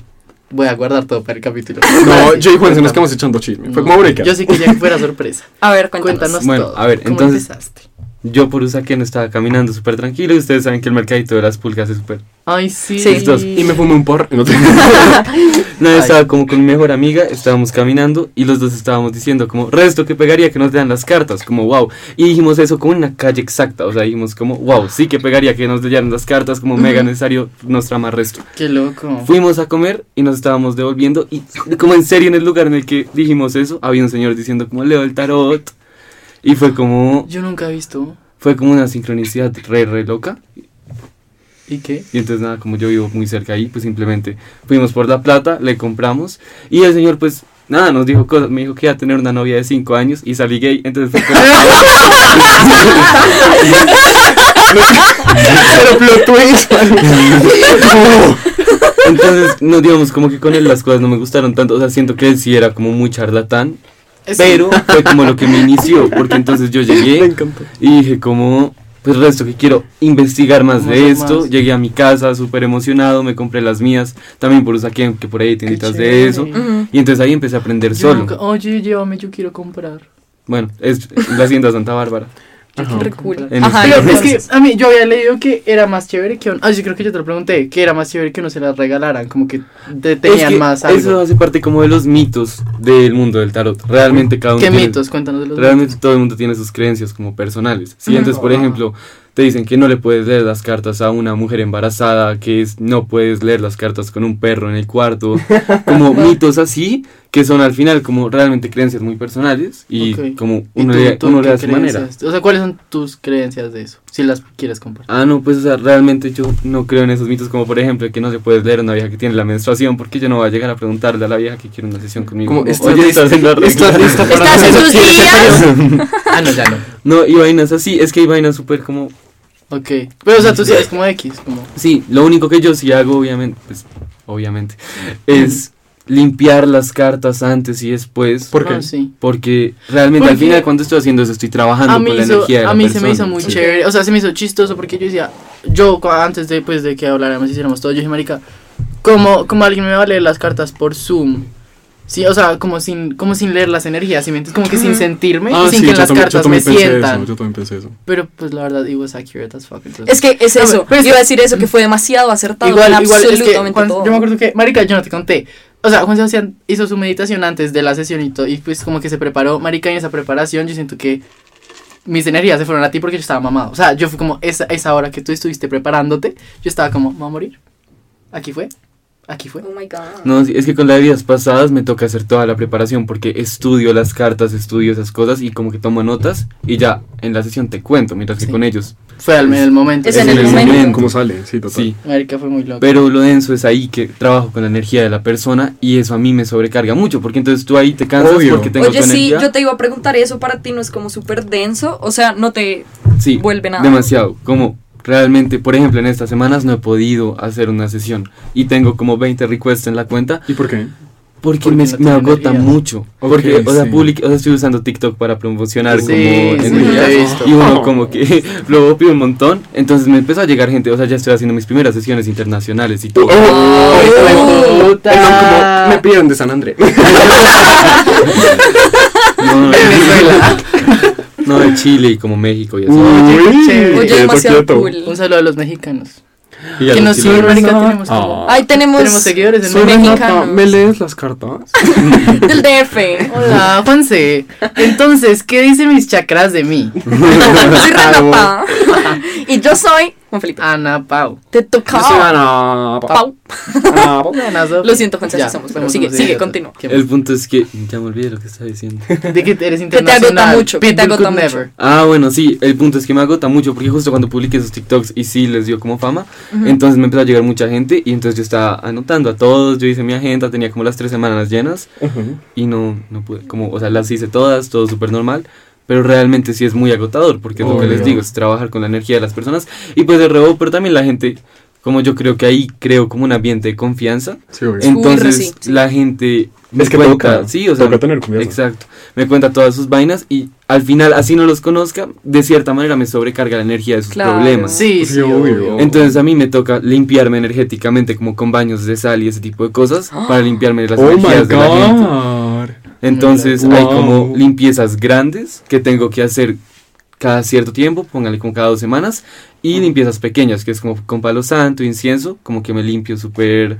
Speaker 2: Voy a guardar todo para el capítulo.
Speaker 4: No,
Speaker 2: Ahora sí,
Speaker 4: yo y Juan se
Speaker 2: cuéntame.
Speaker 4: nos quedamos echando chisme. Fue
Speaker 2: No,
Speaker 4: como break.
Speaker 2: Yo sí quería que fuera sorpresa.
Speaker 3: A ver, cuéntanos.
Speaker 2: Cuéntanos
Speaker 6: Bueno,
Speaker 2: todo.
Speaker 6: a ver,
Speaker 2: ¿Cómo
Speaker 6: entonces-
Speaker 2: empezaste?
Speaker 6: Yo por Usaquén estaba caminando súper tranquilo y ustedes saben que el mercadito de las pulgas es súper...
Speaker 2: Ay, sí.
Speaker 3: Sí.
Speaker 4: Y me fumé un porro. No te-
Speaker 6: No, yo
Speaker 2: Ay.
Speaker 6: estaba como con mi mejor amiga, estábamos caminando y los dos estábamos diciendo como, resto que pegaría que nos dan las cartas, como wow. Y dijimos eso como en una calle exacta, o sea, dijimos como, wow, sí que pegaría que nos dieran las cartas, como mega necesario nos trama resto.
Speaker 2: Qué loco.
Speaker 6: Fuimos a comer y nos estábamos devolviendo y como en serio en el lugar en el que dijimos eso, había un señor diciendo como leo el tarot y fue como
Speaker 2: Yo nunca he visto.
Speaker 6: fue como una sincronicidad re re loca
Speaker 2: ¿Y qué?
Speaker 6: y entonces nada, como yo vivo muy cerca ahí, pues simplemente fuimos por la plata, le compramos y el señor pues nada, nos dijo cosas, me dijo que iba a tener una novia de 5 años y salí gay, entonces fue como
Speaker 4: Pero plot twist.
Speaker 6: entonces no digamos como que con él las cosas no me gustaron tanto, o sea, siento que él sí era como muy charlatán,
Speaker 2: Es-
Speaker 6: pero fue como lo que me inició, porque entonces yo llegué
Speaker 4: Me encantó.
Speaker 6: Y dije, como, pues resto que quiero investigar más
Speaker 2: Vamos a
Speaker 6: de
Speaker 2: hacer
Speaker 6: esto.
Speaker 2: más.
Speaker 6: Llegué a mi casa súper emocionado, me compré las mías, también por Usaquén, que por ahí hay tienditas de eso.
Speaker 2: chévere.
Speaker 3: Ujú.
Speaker 6: Y entonces ahí empecé a aprender
Speaker 2: Yo
Speaker 6: solo.
Speaker 2: nunca- Oye, llévame, yo quiero comprar.
Speaker 6: Bueno, es la hacienda Santa Bárbara.
Speaker 3: Re cool.
Speaker 6: En
Speaker 3: Ajá,
Speaker 6: este-
Speaker 2: Pero
Speaker 3: entonces-
Speaker 2: es que a mí yo había leído que era más chévere que un... Ah, yo creo que yo te lo pregunté, que era más chévere que no se las regalaran, como que te tenían
Speaker 6: Es que
Speaker 2: más
Speaker 6: Eso
Speaker 2: algo.
Speaker 6: hace parte como de los mitos del mundo del tarot. Realmente cada uno.
Speaker 2: ¿Qué
Speaker 6: tiene-
Speaker 2: mitos? Cuéntanos de los
Speaker 6: Realmente todo el mundo tiene sus creencias como personales. Si
Speaker 2: Ujú.
Speaker 6: entonces, por ejemplo, te dicen que no le puedes leer las cartas a una mujer embarazada, que es, no puedes leer las cartas con un perro en el cuarto, como mitos así, que son al final como realmente creencias muy personales y
Speaker 2: Ok.
Speaker 6: como
Speaker 2: ¿Y
Speaker 6: uno
Speaker 2: tú-
Speaker 6: le,
Speaker 2: tú
Speaker 6: uno le
Speaker 2: qué
Speaker 6: da su manera.
Speaker 2: creencias? O sea, ¿cuáles son tus creencias de eso? Si las quieres comprar.
Speaker 6: Ah, no, pues o sea, realmente yo no creo en esos mitos como por ejemplo que no se puede leer a una vieja que tiene la menstruación porque yo no voy a llegar a preguntarle a la vieja que quiere una sesión conmigo.
Speaker 7: Como,
Speaker 6: Como,
Speaker 7: ¿estás
Speaker 6: "Oye,
Speaker 7: lista-
Speaker 6: estás en la
Speaker 7: estás
Speaker 6: regla".
Speaker 7: lista para
Speaker 3: ¿Estás en
Speaker 7: eso?
Speaker 3: tus días?
Speaker 2: Ah, no, ya no.
Speaker 6: No, y vainas así, es que hay vainas súper como
Speaker 2: Ok. Pero, o sea, tú sí eres como X, como...
Speaker 6: Sí, lo único que yo sí hago, obviamente, pues, obviamente, es limpiar las cartas antes y después.
Speaker 4: ¿Por qué?
Speaker 2: Ah, sí.
Speaker 6: Porque realmente al
Speaker 2: Porque-
Speaker 6: final cuando estoy haciendo eso estoy trabajando
Speaker 2: A mí,
Speaker 6: con la
Speaker 2: hizo-
Speaker 6: energía de la
Speaker 2: a mí se me
Speaker 6: persona.
Speaker 2: hizo muy
Speaker 6: Sí.
Speaker 2: chévere, o sea, se me hizo chistoso porque yo decía, yo cu- antes de, pues, de que habláramos y hiciéramos todo, yo dije, marica, como, como alguien me va a leer las cartas por Zoom Sí, o sea, como sin, como sin leer las energías, ¿sí me entiendes? Como que sin sentirme,
Speaker 4: Ah,
Speaker 2: sin
Speaker 4: sí,
Speaker 2: que
Speaker 4: yo
Speaker 2: las
Speaker 4: también, yo
Speaker 2: cartas me
Speaker 4: también pensé
Speaker 2: sientan.
Speaker 4: eso, yo también pensé eso.
Speaker 2: Pero pues la verdad, it was accurate as fuck. entonces-
Speaker 3: Es que es
Speaker 2: No,
Speaker 3: eso.
Speaker 2: pero es
Speaker 3: Iba
Speaker 2: que-
Speaker 3: a decir eso, que fue demasiado acertado.
Speaker 2: igual,
Speaker 3: en
Speaker 2: igual, es que
Speaker 3: absolutamente
Speaker 2: Juan-
Speaker 3: todo.
Speaker 2: yo me acuerdo que, marica, yo no te conté. O sea, Juan Sebastián hizo su meditación antes de la sesión y todo, y pues como que se preparó, marica, y en esa preparación yo siento que mis energías se fueron a ti porque yo estaba mamado. O sea, yo fui como, esa, esa hora que tú estuviste preparándote, yo estaba como, ¿me voy a morir? Aquí fue, aquí fue.
Speaker 5: Oh my god.
Speaker 6: No, sí, es que con las vidas pasadas me toca hacer toda la preparación porque estudio las cartas, estudio esas cosas y como que tomo notas y ya en la sesión te cuento, mientras
Speaker 2: Sí.
Speaker 6: que con ellos.
Speaker 2: Fue al menos el momento.
Speaker 3: Es en el momento.
Speaker 4: ¿Cómo sale? Sí, total.
Speaker 6: Sí.
Speaker 2: Marica fue muy loco.
Speaker 6: Pero lo denso es ahí que trabajo con la energía de la persona y eso a mí me sobrecarga mucho porque entonces tú ahí te cansas
Speaker 4: Obvio.
Speaker 6: porque tengo
Speaker 3: Oye,
Speaker 6: tu
Speaker 3: sí,
Speaker 6: energía.
Speaker 3: yo te iba a preguntar, ¿eso para ti no es como súper denso? O sea, no te...
Speaker 6: sí,
Speaker 3: vuelve nada.
Speaker 6: demasiado. Como realmente, por ejemplo, en estas semanas no he podido hacer una sesión y tengo como 20 requests en la cuenta
Speaker 4: ¿Y por qué?
Speaker 6: porque,
Speaker 2: Porque
Speaker 6: me,
Speaker 2: no
Speaker 6: me
Speaker 2: tiene
Speaker 6: agota
Speaker 2: energía.
Speaker 6: mucho.
Speaker 4: Ok,
Speaker 6: porque, o sea,
Speaker 4: sí.
Speaker 6: public- o sea, estoy usando TikTok para promocionar
Speaker 2: Sí,
Speaker 6: como
Speaker 2: sí,
Speaker 6: energía.
Speaker 2: lo he visto.
Speaker 6: Y uno como que lo opio un montón. Entonces me empezó a llegar gente. O sea, ya estoy haciendo mis primeras sesiones internacionales y todo.
Speaker 2: Ay, hijo de puta.
Speaker 4: Ah,
Speaker 7: Eran como, me pidieron de San Andrés.
Speaker 6: No, no,
Speaker 2: Venezuela. Uh,
Speaker 6: no, de Chile y como México y así.
Speaker 2: chévere.
Speaker 4: eh,
Speaker 3: Oye,
Speaker 2: Quieto,
Speaker 3: demasiado
Speaker 2: Un
Speaker 3: cool.
Speaker 2: saludo a los mexicanos.
Speaker 6: Y a
Speaker 2: que
Speaker 6: los
Speaker 2: nos siguen,
Speaker 6: chilenos.
Speaker 2: marica, tenemos, como-
Speaker 7: Ah.
Speaker 3: Ahí tenemos...
Speaker 2: tenemos seguidores en
Speaker 3: Soy
Speaker 2: México.
Speaker 3: Renata,
Speaker 7: ¿me lees las cartas?
Speaker 3: Del DF.
Speaker 2: Hola, Juanse. Entonces, ¿qué dicen mis chakras de mí?
Speaker 3: soy Renata. y yo soy... Juan Felipe.
Speaker 2: Ana Pau.
Speaker 3: Te
Speaker 7: Yo soy
Speaker 3: tocaba.
Speaker 7: Ana Pau.
Speaker 3: Pau.
Speaker 7: Ana Pau.
Speaker 2: Ana Sofía.
Speaker 3: Lo siento, Juan,
Speaker 2: Ya,
Speaker 3: ya somos, pero
Speaker 2: somos
Speaker 3: sigue,
Speaker 2: unos
Speaker 3: sigue,
Speaker 2: idiotas.
Speaker 3: continúa.
Speaker 2: ¿Qué
Speaker 6: El punto es que ya me olvidé lo que estaba diciendo.
Speaker 2: más? De que eres
Speaker 3: te agota
Speaker 2: internacional.
Speaker 3: mucho, que te
Speaker 2: Pitbull
Speaker 3: agota
Speaker 2: could
Speaker 3: mucho.
Speaker 2: never.
Speaker 6: Ah, bueno, sí, el punto es que me agota mucho porque justo cuando publiqué esos TikToks y sí les dio como fama, entonces me empezó a llegar mucha gente y entonces yo estaba anotando a todos, yo hice mi agenda, tenía como las tres semanas llenas y no, no pude, como, o sea, las hice todas, todo súper normal, pero realmente sí es muy agotador porque es lo que
Speaker 4: Obvio.
Speaker 6: les digo, es trabajar con la energía de las personas y pues de rebote, pero también la gente, como yo creo que ahí creo como un ambiente de confianza,
Speaker 4: Sí, obvio. Oh
Speaker 3: En-
Speaker 6: entonces
Speaker 3: sí, sí.
Speaker 6: la gente me
Speaker 4: Es que toca,
Speaker 6: sí, o sea,
Speaker 4: toca tener confianza.
Speaker 6: Exacto. Me cuenta todas sus vainas y al final así no los conozca, de cierta manera me sobrecarga la energía de sus
Speaker 3: Claro.
Speaker 6: problemas.
Speaker 2: Sí,
Speaker 4: Sí,
Speaker 2: sí,
Speaker 4: obvio.
Speaker 2: obvio.
Speaker 6: Entonces a mí me toca limpiarme energéticamente como con baños de sal y ese tipo de cosas para limpiarme de las
Speaker 4: Oh my
Speaker 6: energías de la gente.
Speaker 4: god.
Speaker 6: Entonces
Speaker 4: Wow.
Speaker 6: hay como limpiezas grandes que tengo que hacer cada cierto tiempo, póngale como cada dos semanas, y limpiezas pequeñas, que es como con palo santo, incienso, como que me limpio súper...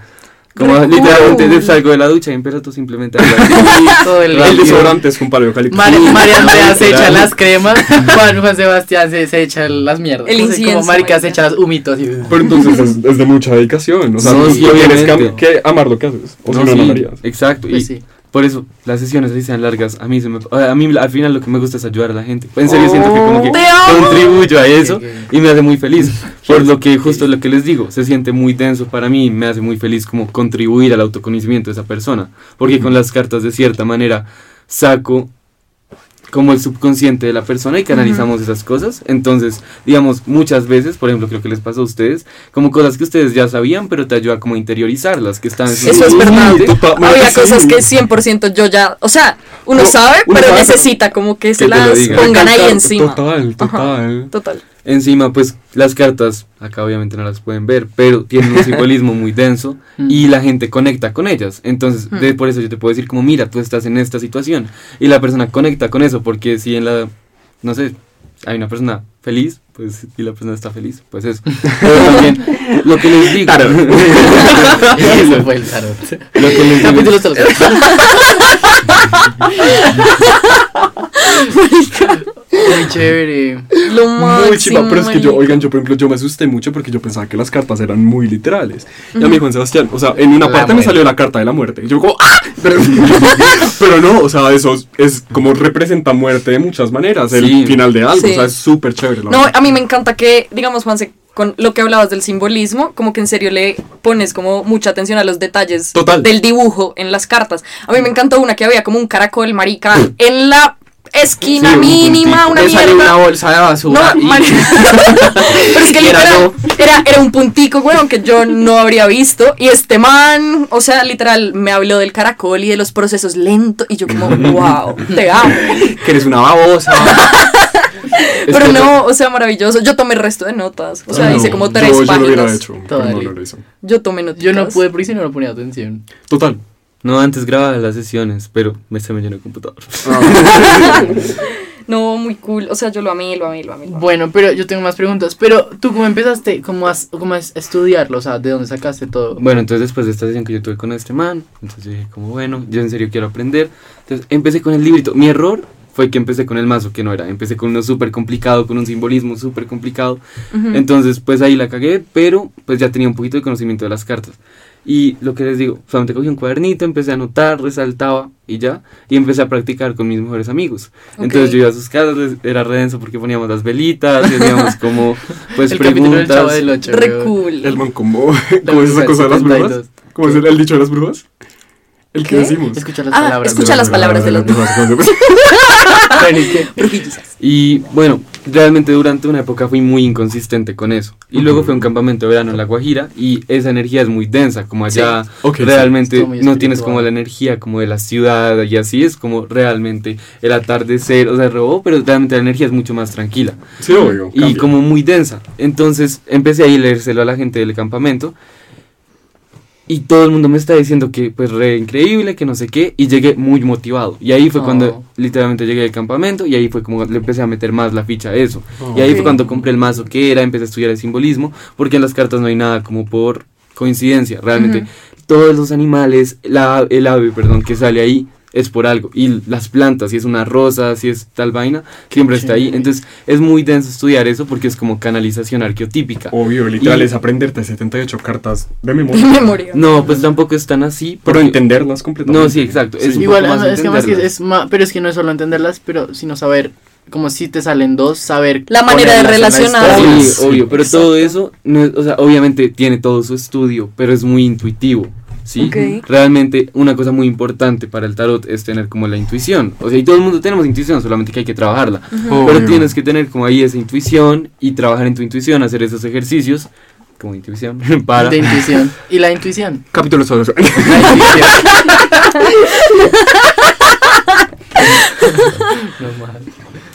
Speaker 6: Como
Speaker 3: Re
Speaker 6: literalmente
Speaker 3: cool.
Speaker 6: salgo de la ducha y empiezo tú simplemente a hablar.
Speaker 2: Todo el
Speaker 7: El
Speaker 2: líquido.
Speaker 7: desodorante es con palo de eucalipto.
Speaker 2: Mar- María Andrea se echa
Speaker 6: Claro.
Speaker 2: las cremas. Juan, Juan Sebastián se, se echa las mierdas.
Speaker 3: El
Speaker 2: No sé,
Speaker 3: incienso,
Speaker 2: Como marica se
Speaker 3: marica.
Speaker 2: echa los humitos. Y...
Speaker 4: Pero entonces es, es de mucha dedicación. O sea,
Speaker 6: No,
Speaker 4: tú
Speaker 6: sí,
Speaker 4: tú tienes que, am- que
Speaker 6: obviamente.
Speaker 4: amar lo que haces. O si
Speaker 6: No,
Speaker 4: no, no
Speaker 6: sí,
Speaker 4: lo harías.
Speaker 6: Exacto. y
Speaker 2: Pues sí.
Speaker 6: Por eso las sesiones así sean largas. A mí, se me, a mí al final lo que me gusta es ayudar a la gente. En serio siento que como que
Speaker 3: Te amo.
Speaker 6: contribuyo a eso
Speaker 2: Qué
Speaker 6: y me hace muy feliz. Por lo que justo lo que les digo, se siente muy denso para mí, me hace muy feliz como contribuir al autoconocimiento de esa persona. Porque con las cartas de cierta manera saco como el subconsciente de la persona y canalizamos esas cosas. Entonces, digamos, muchas veces, por ejemplo, creo que les pasa a ustedes, como cosas que ustedes ya sabían, pero te ayuda como a interiorizarlas, que están en su
Speaker 3: Eso es verdad.
Speaker 6: subconsciente.
Speaker 4: total, marica,
Speaker 3: Había
Speaker 4: sí.
Speaker 3: cosas que 100% yo ya, o sea, uno
Speaker 4: No,
Speaker 3: sabe,
Speaker 4: uno
Speaker 3: pero
Speaker 4: sabe,
Speaker 3: necesita como que se
Speaker 6: te lo
Speaker 3: las
Speaker 6: digan.
Speaker 3: pongan ahí
Speaker 4: Total,
Speaker 3: encima.
Speaker 4: Total, total.
Speaker 3: Total.
Speaker 6: Encima, pues las cartas, acá obviamente no las pueden ver, pero tienen un simbolismo muy denso
Speaker 2: Mm.
Speaker 6: y la gente conecta con ellas. Entonces, de- por eso yo te puedo decir como, mira, tú estás en esta situación y la persona conecta con eso, porque si en la, no sé, hay una persona feliz, pues y la persona está feliz, pues eso. Pero también, lo que les digo,
Speaker 7: Claro.
Speaker 2: Eso fue el tarot.
Speaker 6: lo que les digo,
Speaker 2: Capítulo tarot. Muy chévere.
Speaker 3: Lo máximo.
Speaker 4: Muy chiva, pero es que yo,
Speaker 3: marica.
Speaker 4: oigan, yo por ejemplo, yo me asusté mucho porque yo pensaba que las cartas eran muy literales. Y a mi Juan Sebastián, o sea, en una
Speaker 2: La
Speaker 4: parte me
Speaker 2: muerte.
Speaker 4: salió la carta de la muerte. Y yo como, ¡ah! Pero, pero no, o sea, eso es- es como representa muerte de muchas maneras,
Speaker 6: Sí.
Speaker 4: el final de algo,
Speaker 3: Sí.
Speaker 4: o sea, es súper chévere. La
Speaker 3: No,
Speaker 4: verdad.
Speaker 3: a mí me encanta que, digamos, Juanse, con lo que hablabas del simbolismo, como que en serio le pones como mucha atención a los detalles
Speaker 4: Total.
Speaker 3: del dibujo en las cartas. A mí me encantó una que había como un caracol marica
Speaker 2: Mm.
Speaker 3: en la esquina
Speaker 6: Sí, un
Speaker 3: mínima,
Speaker 6: puntito.
Speaker 3: una
Speaker 2: Le salió
Speaker 3: mierda.
Speaker 2: una bolsa de basura.
Speaker 3: No,
Speaker 2: y-
Speaker 3: man- Pero es que
Speaker 2: Era
Speaker 3: literal,
Speaker 2: yo.
Speaker 3: era, era un puntico, weón, que yo no habría visto. Y este man, o sea, literal, me habló del caracol y de los procesos lentos. Y yo como, wow, te amo.
Speaker 7: Que eres una babosa.
Speaker 3: Pero no, o sea, maravilloso. Yo tomé el resto de notas. O sea,
Speaker 4: Ah, No,
Speaker 3: hice como
Speaker 4: yo-
Speaker 3: tres
Speaker 4: yo, lo hubiera
Speaker 3: páginas.
Speaker 4: hecho, pero
Speaker 2: Total.
Speaker 4: no, no lo hizo.
Speaker 3: Yo tomé notas.
Speaker 2: Yo no pude porque si no, no ponía atención.
Speaker 4: Total.
Speaker 6: No, antes grababa las sesiones, pero me se me llenó el computador.
Speaker 3: No, muy cool. O sea, yo lo amé, lo amé, lo amé. lo amé.
Speaker 2: Bueno, pero yo tengo más preguntas. Pero tú, ¿cómo empezaste? ¿Cómo, has, cómo es estudiarlo? O sea, ¿de dónde sacaste todo?
Speaker 6: Bueno, entonces después de esta sesión que yo tuve con este man, entonces yo dije como, bueno, yo en serio quiero aprender. Entonces empecé con el librito. Mi error fue que empecé con el mazo, que no era. Empecé con uno súper complicado, con un simbolismo súper complicado. Entonces, pues ahí la cagué, pero pues ya tenía un poquito de conocimiento de las cartas. Y lo que les digo, solamente cogí un cuadernito, empecé a anotar, resaltaba y ya. Y empecé a practicar con mis mejores amigos. Entonces
Speaker 3: Ok.
Speaker 6: yo iba a sus casas, les- era re denso porque poníamos las velitas, y hacíamos como, pues
Speaker 2: el capítulo del Chavo
Speaker 6: preguntas.
Speaker 2: del 8.
Speaker 3: Re cool.
Speaker 4: El man como, ¿cómo es esa cosa de las brujas? ¿Cómo es el, el dicho de las brujas? El que
Speaker 3: ¿Qué?
Speaker 4: decimos.
Speaker 2: Escucha las
Speaker 3: Ah,
Speaker 2: palabras.
Speaker 3: escucha las palabras de las
Speaker 4: brujas.
Speaker 2: Bueno, ¿y qué?
Speaker 6: Y bueno, realmente durante una época fui muy inconsistente con eso. Y luego fue un campamento de verano en La Guajira y esa energía es muy densa, como allá
Speaker 4: Ok, sí,
Speaker 6: realmente
Speaker 2: estuvo muy
Speaker 6: no tienes
Speaker 2: espiritual.
Speaker 6: como la energía como de la ciudad y así es como realmente el atardecer, o sea, robó, pero realmente la energía es mucho más tranquila
Speaker 4: Sí, obvio.
Speaker 6: y
Speaker 4: cambia.
Speaker 6: como muy densa. Entonces empecé ahí a leérselo a la gente del campamento. Y todo el mundo me está diciendo que pues re increíble, que no sé qué, y llegué muy motivado. Y ahí fue
Speaker 2: Oh.
Speaker 6: cuando literalmente llegué al campamento y ahí fue como le empecé a meter más la ficha a eso. Y ahí
Speaker 3: Ok.
Speaker 6: fue cuando compré el mazo que era, empecé a estudiar el simbolismo, porque en las cartas no hay nada como por coincidencia, realmente. Todos los animales, la, el ave, perdón, que sale ahí es por algo. Y las plantas, si es una rosa, si es tal vaina, siempre está ahí.
Speaker 2: chévere.
Speaker 6: Entonces es muy denso estudiar eso porque es como canalización arqueotípica.
Speaker 4: Obvio, literal,
Speaker 6: Y-
Speaker 4: es aprenderte 78 cartas de memoria.
Speaker 3: De memoria.
Speaker 6: No, pues tampoco es tan así.
Speaker 4: Pero
Speaker 6: porque-
Speaker 4: entenderlas completamente.
Speaker 6: No, sí, exacto. Es un
Speaker 2: Igual,
Speaker 6: poco más
Speaker 2: ah, es que más que
Speaker 6: entenderlas.
Speaker 2: es ma- pero es que no es solo entenderlas, pero sino saber, como si te salen dos, saber.
Speaker 3: La manera de
Speaker 2: ponerlas en la
Speaker 3: relacionar.
Speaker 2: historia.
Speaker 6: Obvio,
Speaker 3: Sí,
Speaker 6: obvio, pero
Speaker 3: exacto.
Speaker 6: todo eso, no es- o sea, obviamente tiene todo su estudio, pero es muy intuitivo, ¿sí?
Speaker 3: Ok.
Speaker 6: Realmente una cosa muy importante para el tarot es tener como la intuición, o sea, y todo el mundo tenemos intuición, solamente que hay que trabajarla, pero
Speaker 4: Obvio.
Speaker 6: tienes que tener como ahí esa intuición y trabajar en tu intuición, hacer esos ejercicios, como intuición, para...
Speaker 2: De intuición. Y la intuición.
Speaker 4: Capítulo sobre eso.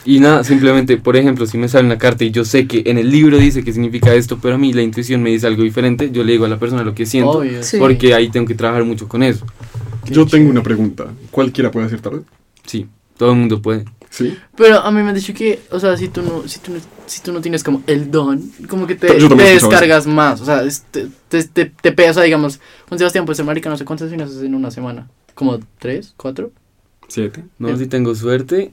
Speaker 6: Y nada, simplemente, por ejemplo, si me sale una carta y yo sé que en el libro dice que significa esto, pero a mí la intuición me dice algo diferente, yo le digo a la persona lo que siento,
Speaker 2: Obvio.
Speaker 3: Sí.
Speaker 6: porque ahí tengo que trabajar mucho con eso.
Speaker 4: Yo tengo una pregunta. ¿Cualquiera puede hacer tarot?
Speaker 6: Sí, todo el mundo puede.
Speaker 4: Sí.
Speaker 2: Pero a mí me han dicho que, o sea, si tú no, si tú no, si tú no tienes como el don, como que te,
Speaker 4: Yo también
Speaker 2: te
Speaker 4: he escuchado
Speaker 2: descargas más. O sea, es- te, te, te, te pega, o sea, digamos, Juan Sebastián puede ser marica, no sé cuántas finanzas en una semana. Como tres, cuatro.
Speaker 4: Siete.
Speaker 6: No,
Speaker 2: Bien.
Speaker 6: si tengo suerte,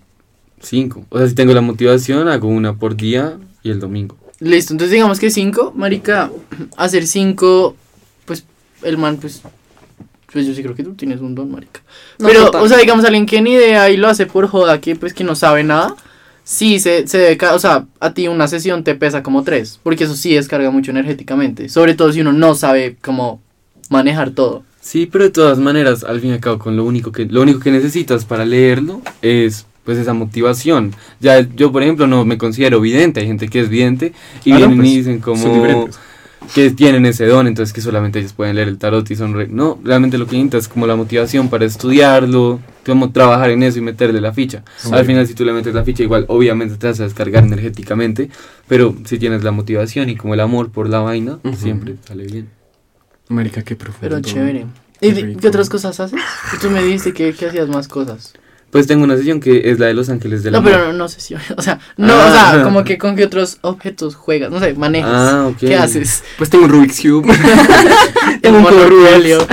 Speaker 6: cinco. O sea, si tengo la motivación, hago una por día y el domingo.
Speaker 2: Listo, entonces digamos que cinco, marica, hacer cinco, pues el man, pues, pues yo sí creo que tú tienes un don, marica.
Speaker 3: No,
Speaker 2: Pero,
Speaker 3: total.
Speaker 2: o sea, digamos, alguien que ni idea y lo hace por joda, que pues que no sabe nada, sí se, se debe, ca- o sea, a ti una sesión te pesa como tres, porque eso sí descarga mucho energéticamente, sobre todo si uno no sabe cómo manejar todo.
Speaker 6: Sí, pero de todas maneras, al fin y al cabo, con lo único que, lo único que necesitas para leerlo es pues esa motivación. Ya yo, por ejemplo, no me considero vidente, hay gente que es vidente y
Speaker 4: Ah, no,
Speaker 6: vienen
Speaker 4: pues,
Speaker 6: y
Speaker 4: Son
Speaker 6: dicen como
Speaker 4: diferentes.
Speaker 6: que tienen ese don, entonces que solamente ellos pueden leer el tarot y son re- No, realmente lo que necesitas es como la motivación para estudiarlo, como trabajar en eso y meterle la ficha.
Speaker 4: Sí.
Speaker 6: Al final si tú le metes la ficha igual obviamente te vas a descargar energéticamente, pero si tienes la motivación y como el amor por la vaina,
Speaker 4: Ujú.
Speaker 6: siempre sale bien.
Speaker 4: Marica, qué profundo.
Speaker 2: Pero chévere.
Speaker 4: Qué
Speaker 2: ¿Y de-
Speaker 4: rico.
Speaker 2: qué otras cosas haces? Tú me dijiste que, que hacías más cosas.
Speaker 6: Pues tengo una sesión que es la de los ángeles del
Speaker 2: no,
Speaker 6: amor.
Speaker 2: pero no, no sé si, o sea, no, o
Speaker 6: Ah.
Speaker 2: sea, como que con qué otros objetos juegas, no sé, manejas.
Speaker 6: Ah, ok.
Speaker 2: ¿Qué haces?
Speaker 4: Pues tengo un Rubik's Cube.
Speaker 2: El
Speaker 4: un
Speaker 2: mono
Speaker 4: Rubik's.
Speaker 2: Aurelio.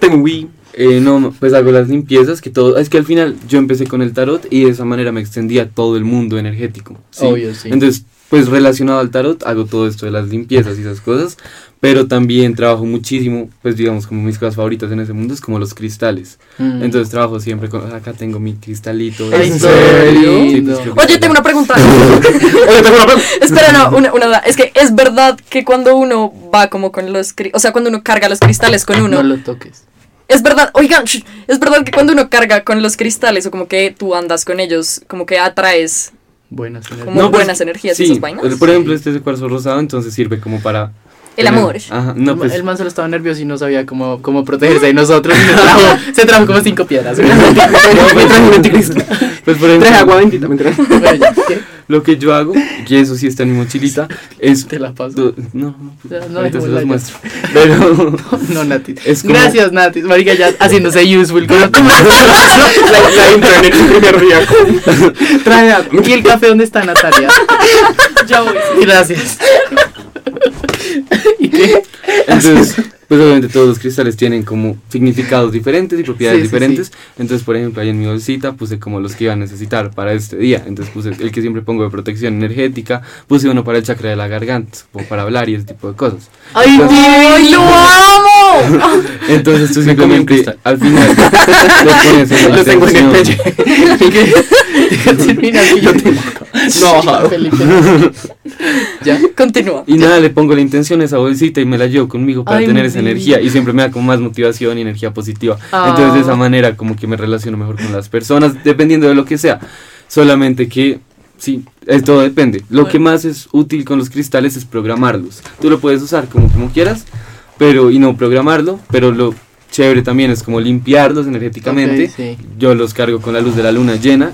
Speaker 4: tengo un Wii.
Speaker 6: Eh, no, pues hago las limpiezas, que todo... Es que al final yo empecé con el tarot y de esa manera me extendía todo el mundo energético. ¿sí?
Speaker 2: Obvio, sí.
Speaker 6: Entonces, pues relacionado al tarot, hago todo esto de las limpiezas y esas cosas, pero también trabajo muchísimo, pues digamos, como mis cosas favoritas en ese mundo es como los cristales.
Speaker 2: Mm.
Speaker 6: Entonces trabajo siempre con... Acá tengo mi cristalito.
Speaker 2: Ay,
Speaker 6: Sí,
Speaker 2: ¿en
Speaker 6: pues,
Speaker 2: serio?
Speaker 6: sí,
Speaker 2: No.
Speaker 6: pues, creo que-
Speaker 3: Oye, tengo una pregunta.
Speaker 4: Oye, tengo una pregunta.
Speaker 3: Espera, no, una, una duda. Es que es verdad que cuando uno va como con los... cri- O sea, cuando uno carga los cristales con uno...
Speaker 2: No lo toques.
Speaker 3: Es verdad, oigan, sh- es verdad que cuando uno carga con los cristales o como que tú andas con ellos, como que atraes
Speaker 2: Buenas
Speaker 3: como
Speaker 6: No, pues,
Speaker 3: buenas energías y
Speaker 6: sí,
Speaker 3: esas vainas.
Speaker 6: Por ejemplo, este es de cuarzo rosado, entonces sirve como para
Speaker 3: El
Speaker 6: Pero-
Speaker 3: amor.
Speaker 6: Ajá, no, pues.
Speaker 2: El man solo estaba nervioso y no sabía cómo, cómo protegerse de nosotros. y se, trajo, se trajo como cinco piedras.
Speaker 6: Me traje un anticristo. Pues por ejemplo,
Speaker 7: Traje agua bendita, me traje.
Speaker 2: Bueno, ya, ¿qué?
Speaker 6: lo que yo hago, que eso sí está en mi mochilita, es.
Speaker 2: Te la paso.
Speaker 6: do- No, no,
Speaker 2: Ya, no,
Speaker 6: ahorita
Speaker 2: dejémosla
Speaker 6: se las
Speaker 2: ya.
Speaker 6: muestro. Pero.
Speaker 2: No, Natis.
Speaker 6: Es como-
Speaker 2: Gracias, Natis. Marica, ya haciéndose useful con los
Speaker 7: La, la intro en el primer día.
Speaker 2: Trae agua. ¿Y el café dónde está, Natalia? ya voy. Gracias. ¿Y qué?
Speaker 6: Entonces, pues obviamente todos los cristales tienen como significados diferentes y propiedades
Speaker 2: Sí, sí,
Speaker 6: diferentes. Entonces, por ejemplo, ahí en mi bolsita puse como los que iba a necesitar para este día. Entonces puse el que siempre pongo de protección energética, puse uno para el chakra de la garganta, como para hablar y ese tipo de cosas.
Speaker 2: ¡Ay,
Speaker 3: ¡Ay, lo amo!
Speaker 6: Entonces tú
Speaker 4: Me comí un
Speaker 6: simplemente
Speaker 4: cristal.
Speaker 6: al final lo pones en la
Speaker 7: Lo tengo en el
Speaker 6: atención.
Speaker 7: pecho.
Speaker 2: Termina aquí. Yo te
Speaker 7: No.
Speaker 2: Felipe. ¿Ya?
Speaker 3: Continúa.
Speaker 6: Y nada, le pongo la intención a esa bolsita y me la llevo conmigo para
Speaker 2: Ay,
Speaker 6: tener esa
Speaker 2: mi
Speaker 6: energía. Y siempre me da como más motivación y energía positiva.
Speaker 2: Ah.
Speaker 6: Entonces de esa manera como que me relaciono mejor con las personas, dependiendo de lo que sea. Solamente que, sí, eh, todo depende. Lo que más es útil con los cristales es programarlos. Tú lo puedes usar como, como quieras, pero y no programarlo, pero lo... Chévere también es como limpiarlos energéticamente.
Speaker 2: Ok, sí.
Speaker 6: Yo los cargo con la luz de la luna llena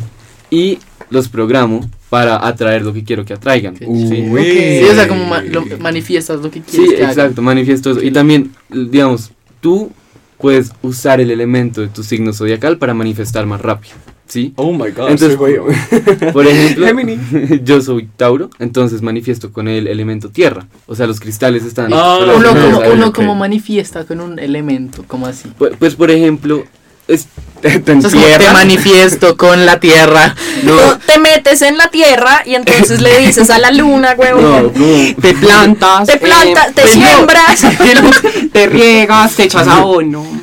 Speaker 6: y los programo para atraer lo que quiero que atraigan.
Speaker 2: Qué
Speaker 6: ¿sí?
Speaker 4: Uy.
Speaker 2: Sí, o sea, como ma- lo- manifiestas lo que
Speaker 6: Sí,
Speaker 2: quieres. que haga.
Speaker 6: exacto, manifiesto eso. Y también, digamos, tú puedes usar el elemento de tu signo zodiacal para manifestar más rápido, ¿sí?
Speaker 4: Oh my
Speaker 7: Ah,
Speaker 4: god.
Speaker 6: Entonces,
Speaker 4: soy güey.
Speaker 6: Por ejemplo,
Speaker 7: Gemini.
Speaker 6: yo soy Tauro, entonces manifiesto con el elemento tierra. O sea, los cristales están...
Speaker 4: Ah,
Speaker 2: Uno,
Speaker 4: no,
Speaker 2: como,
Speaker 4: no,
Speaker 2: uno
Speaker 4: ok.
Speaker 2: como manifiesta con un elemento, como así.
Speaker 6: Pu- Pues, por ejemplo, es...
Speaker 7: Te, te
Speaker 2: Eso es como, te
Speaker 7: entierran.
Speaker 2: manifiesto con la tierra.
Speaker 3: Tú te metes en la tierra y entonces le dices a la luna,
Speaker 6: No,
Speaker 3: huevón.
Speaker 6: no.
Speaker 7: Te plantas.
Speaker 2: eh,
Speaker 3: Te plantas, te
Speaker 7: pues no,
Speaker 3: siembras.
Speaker 7: te riegas, te echas abono.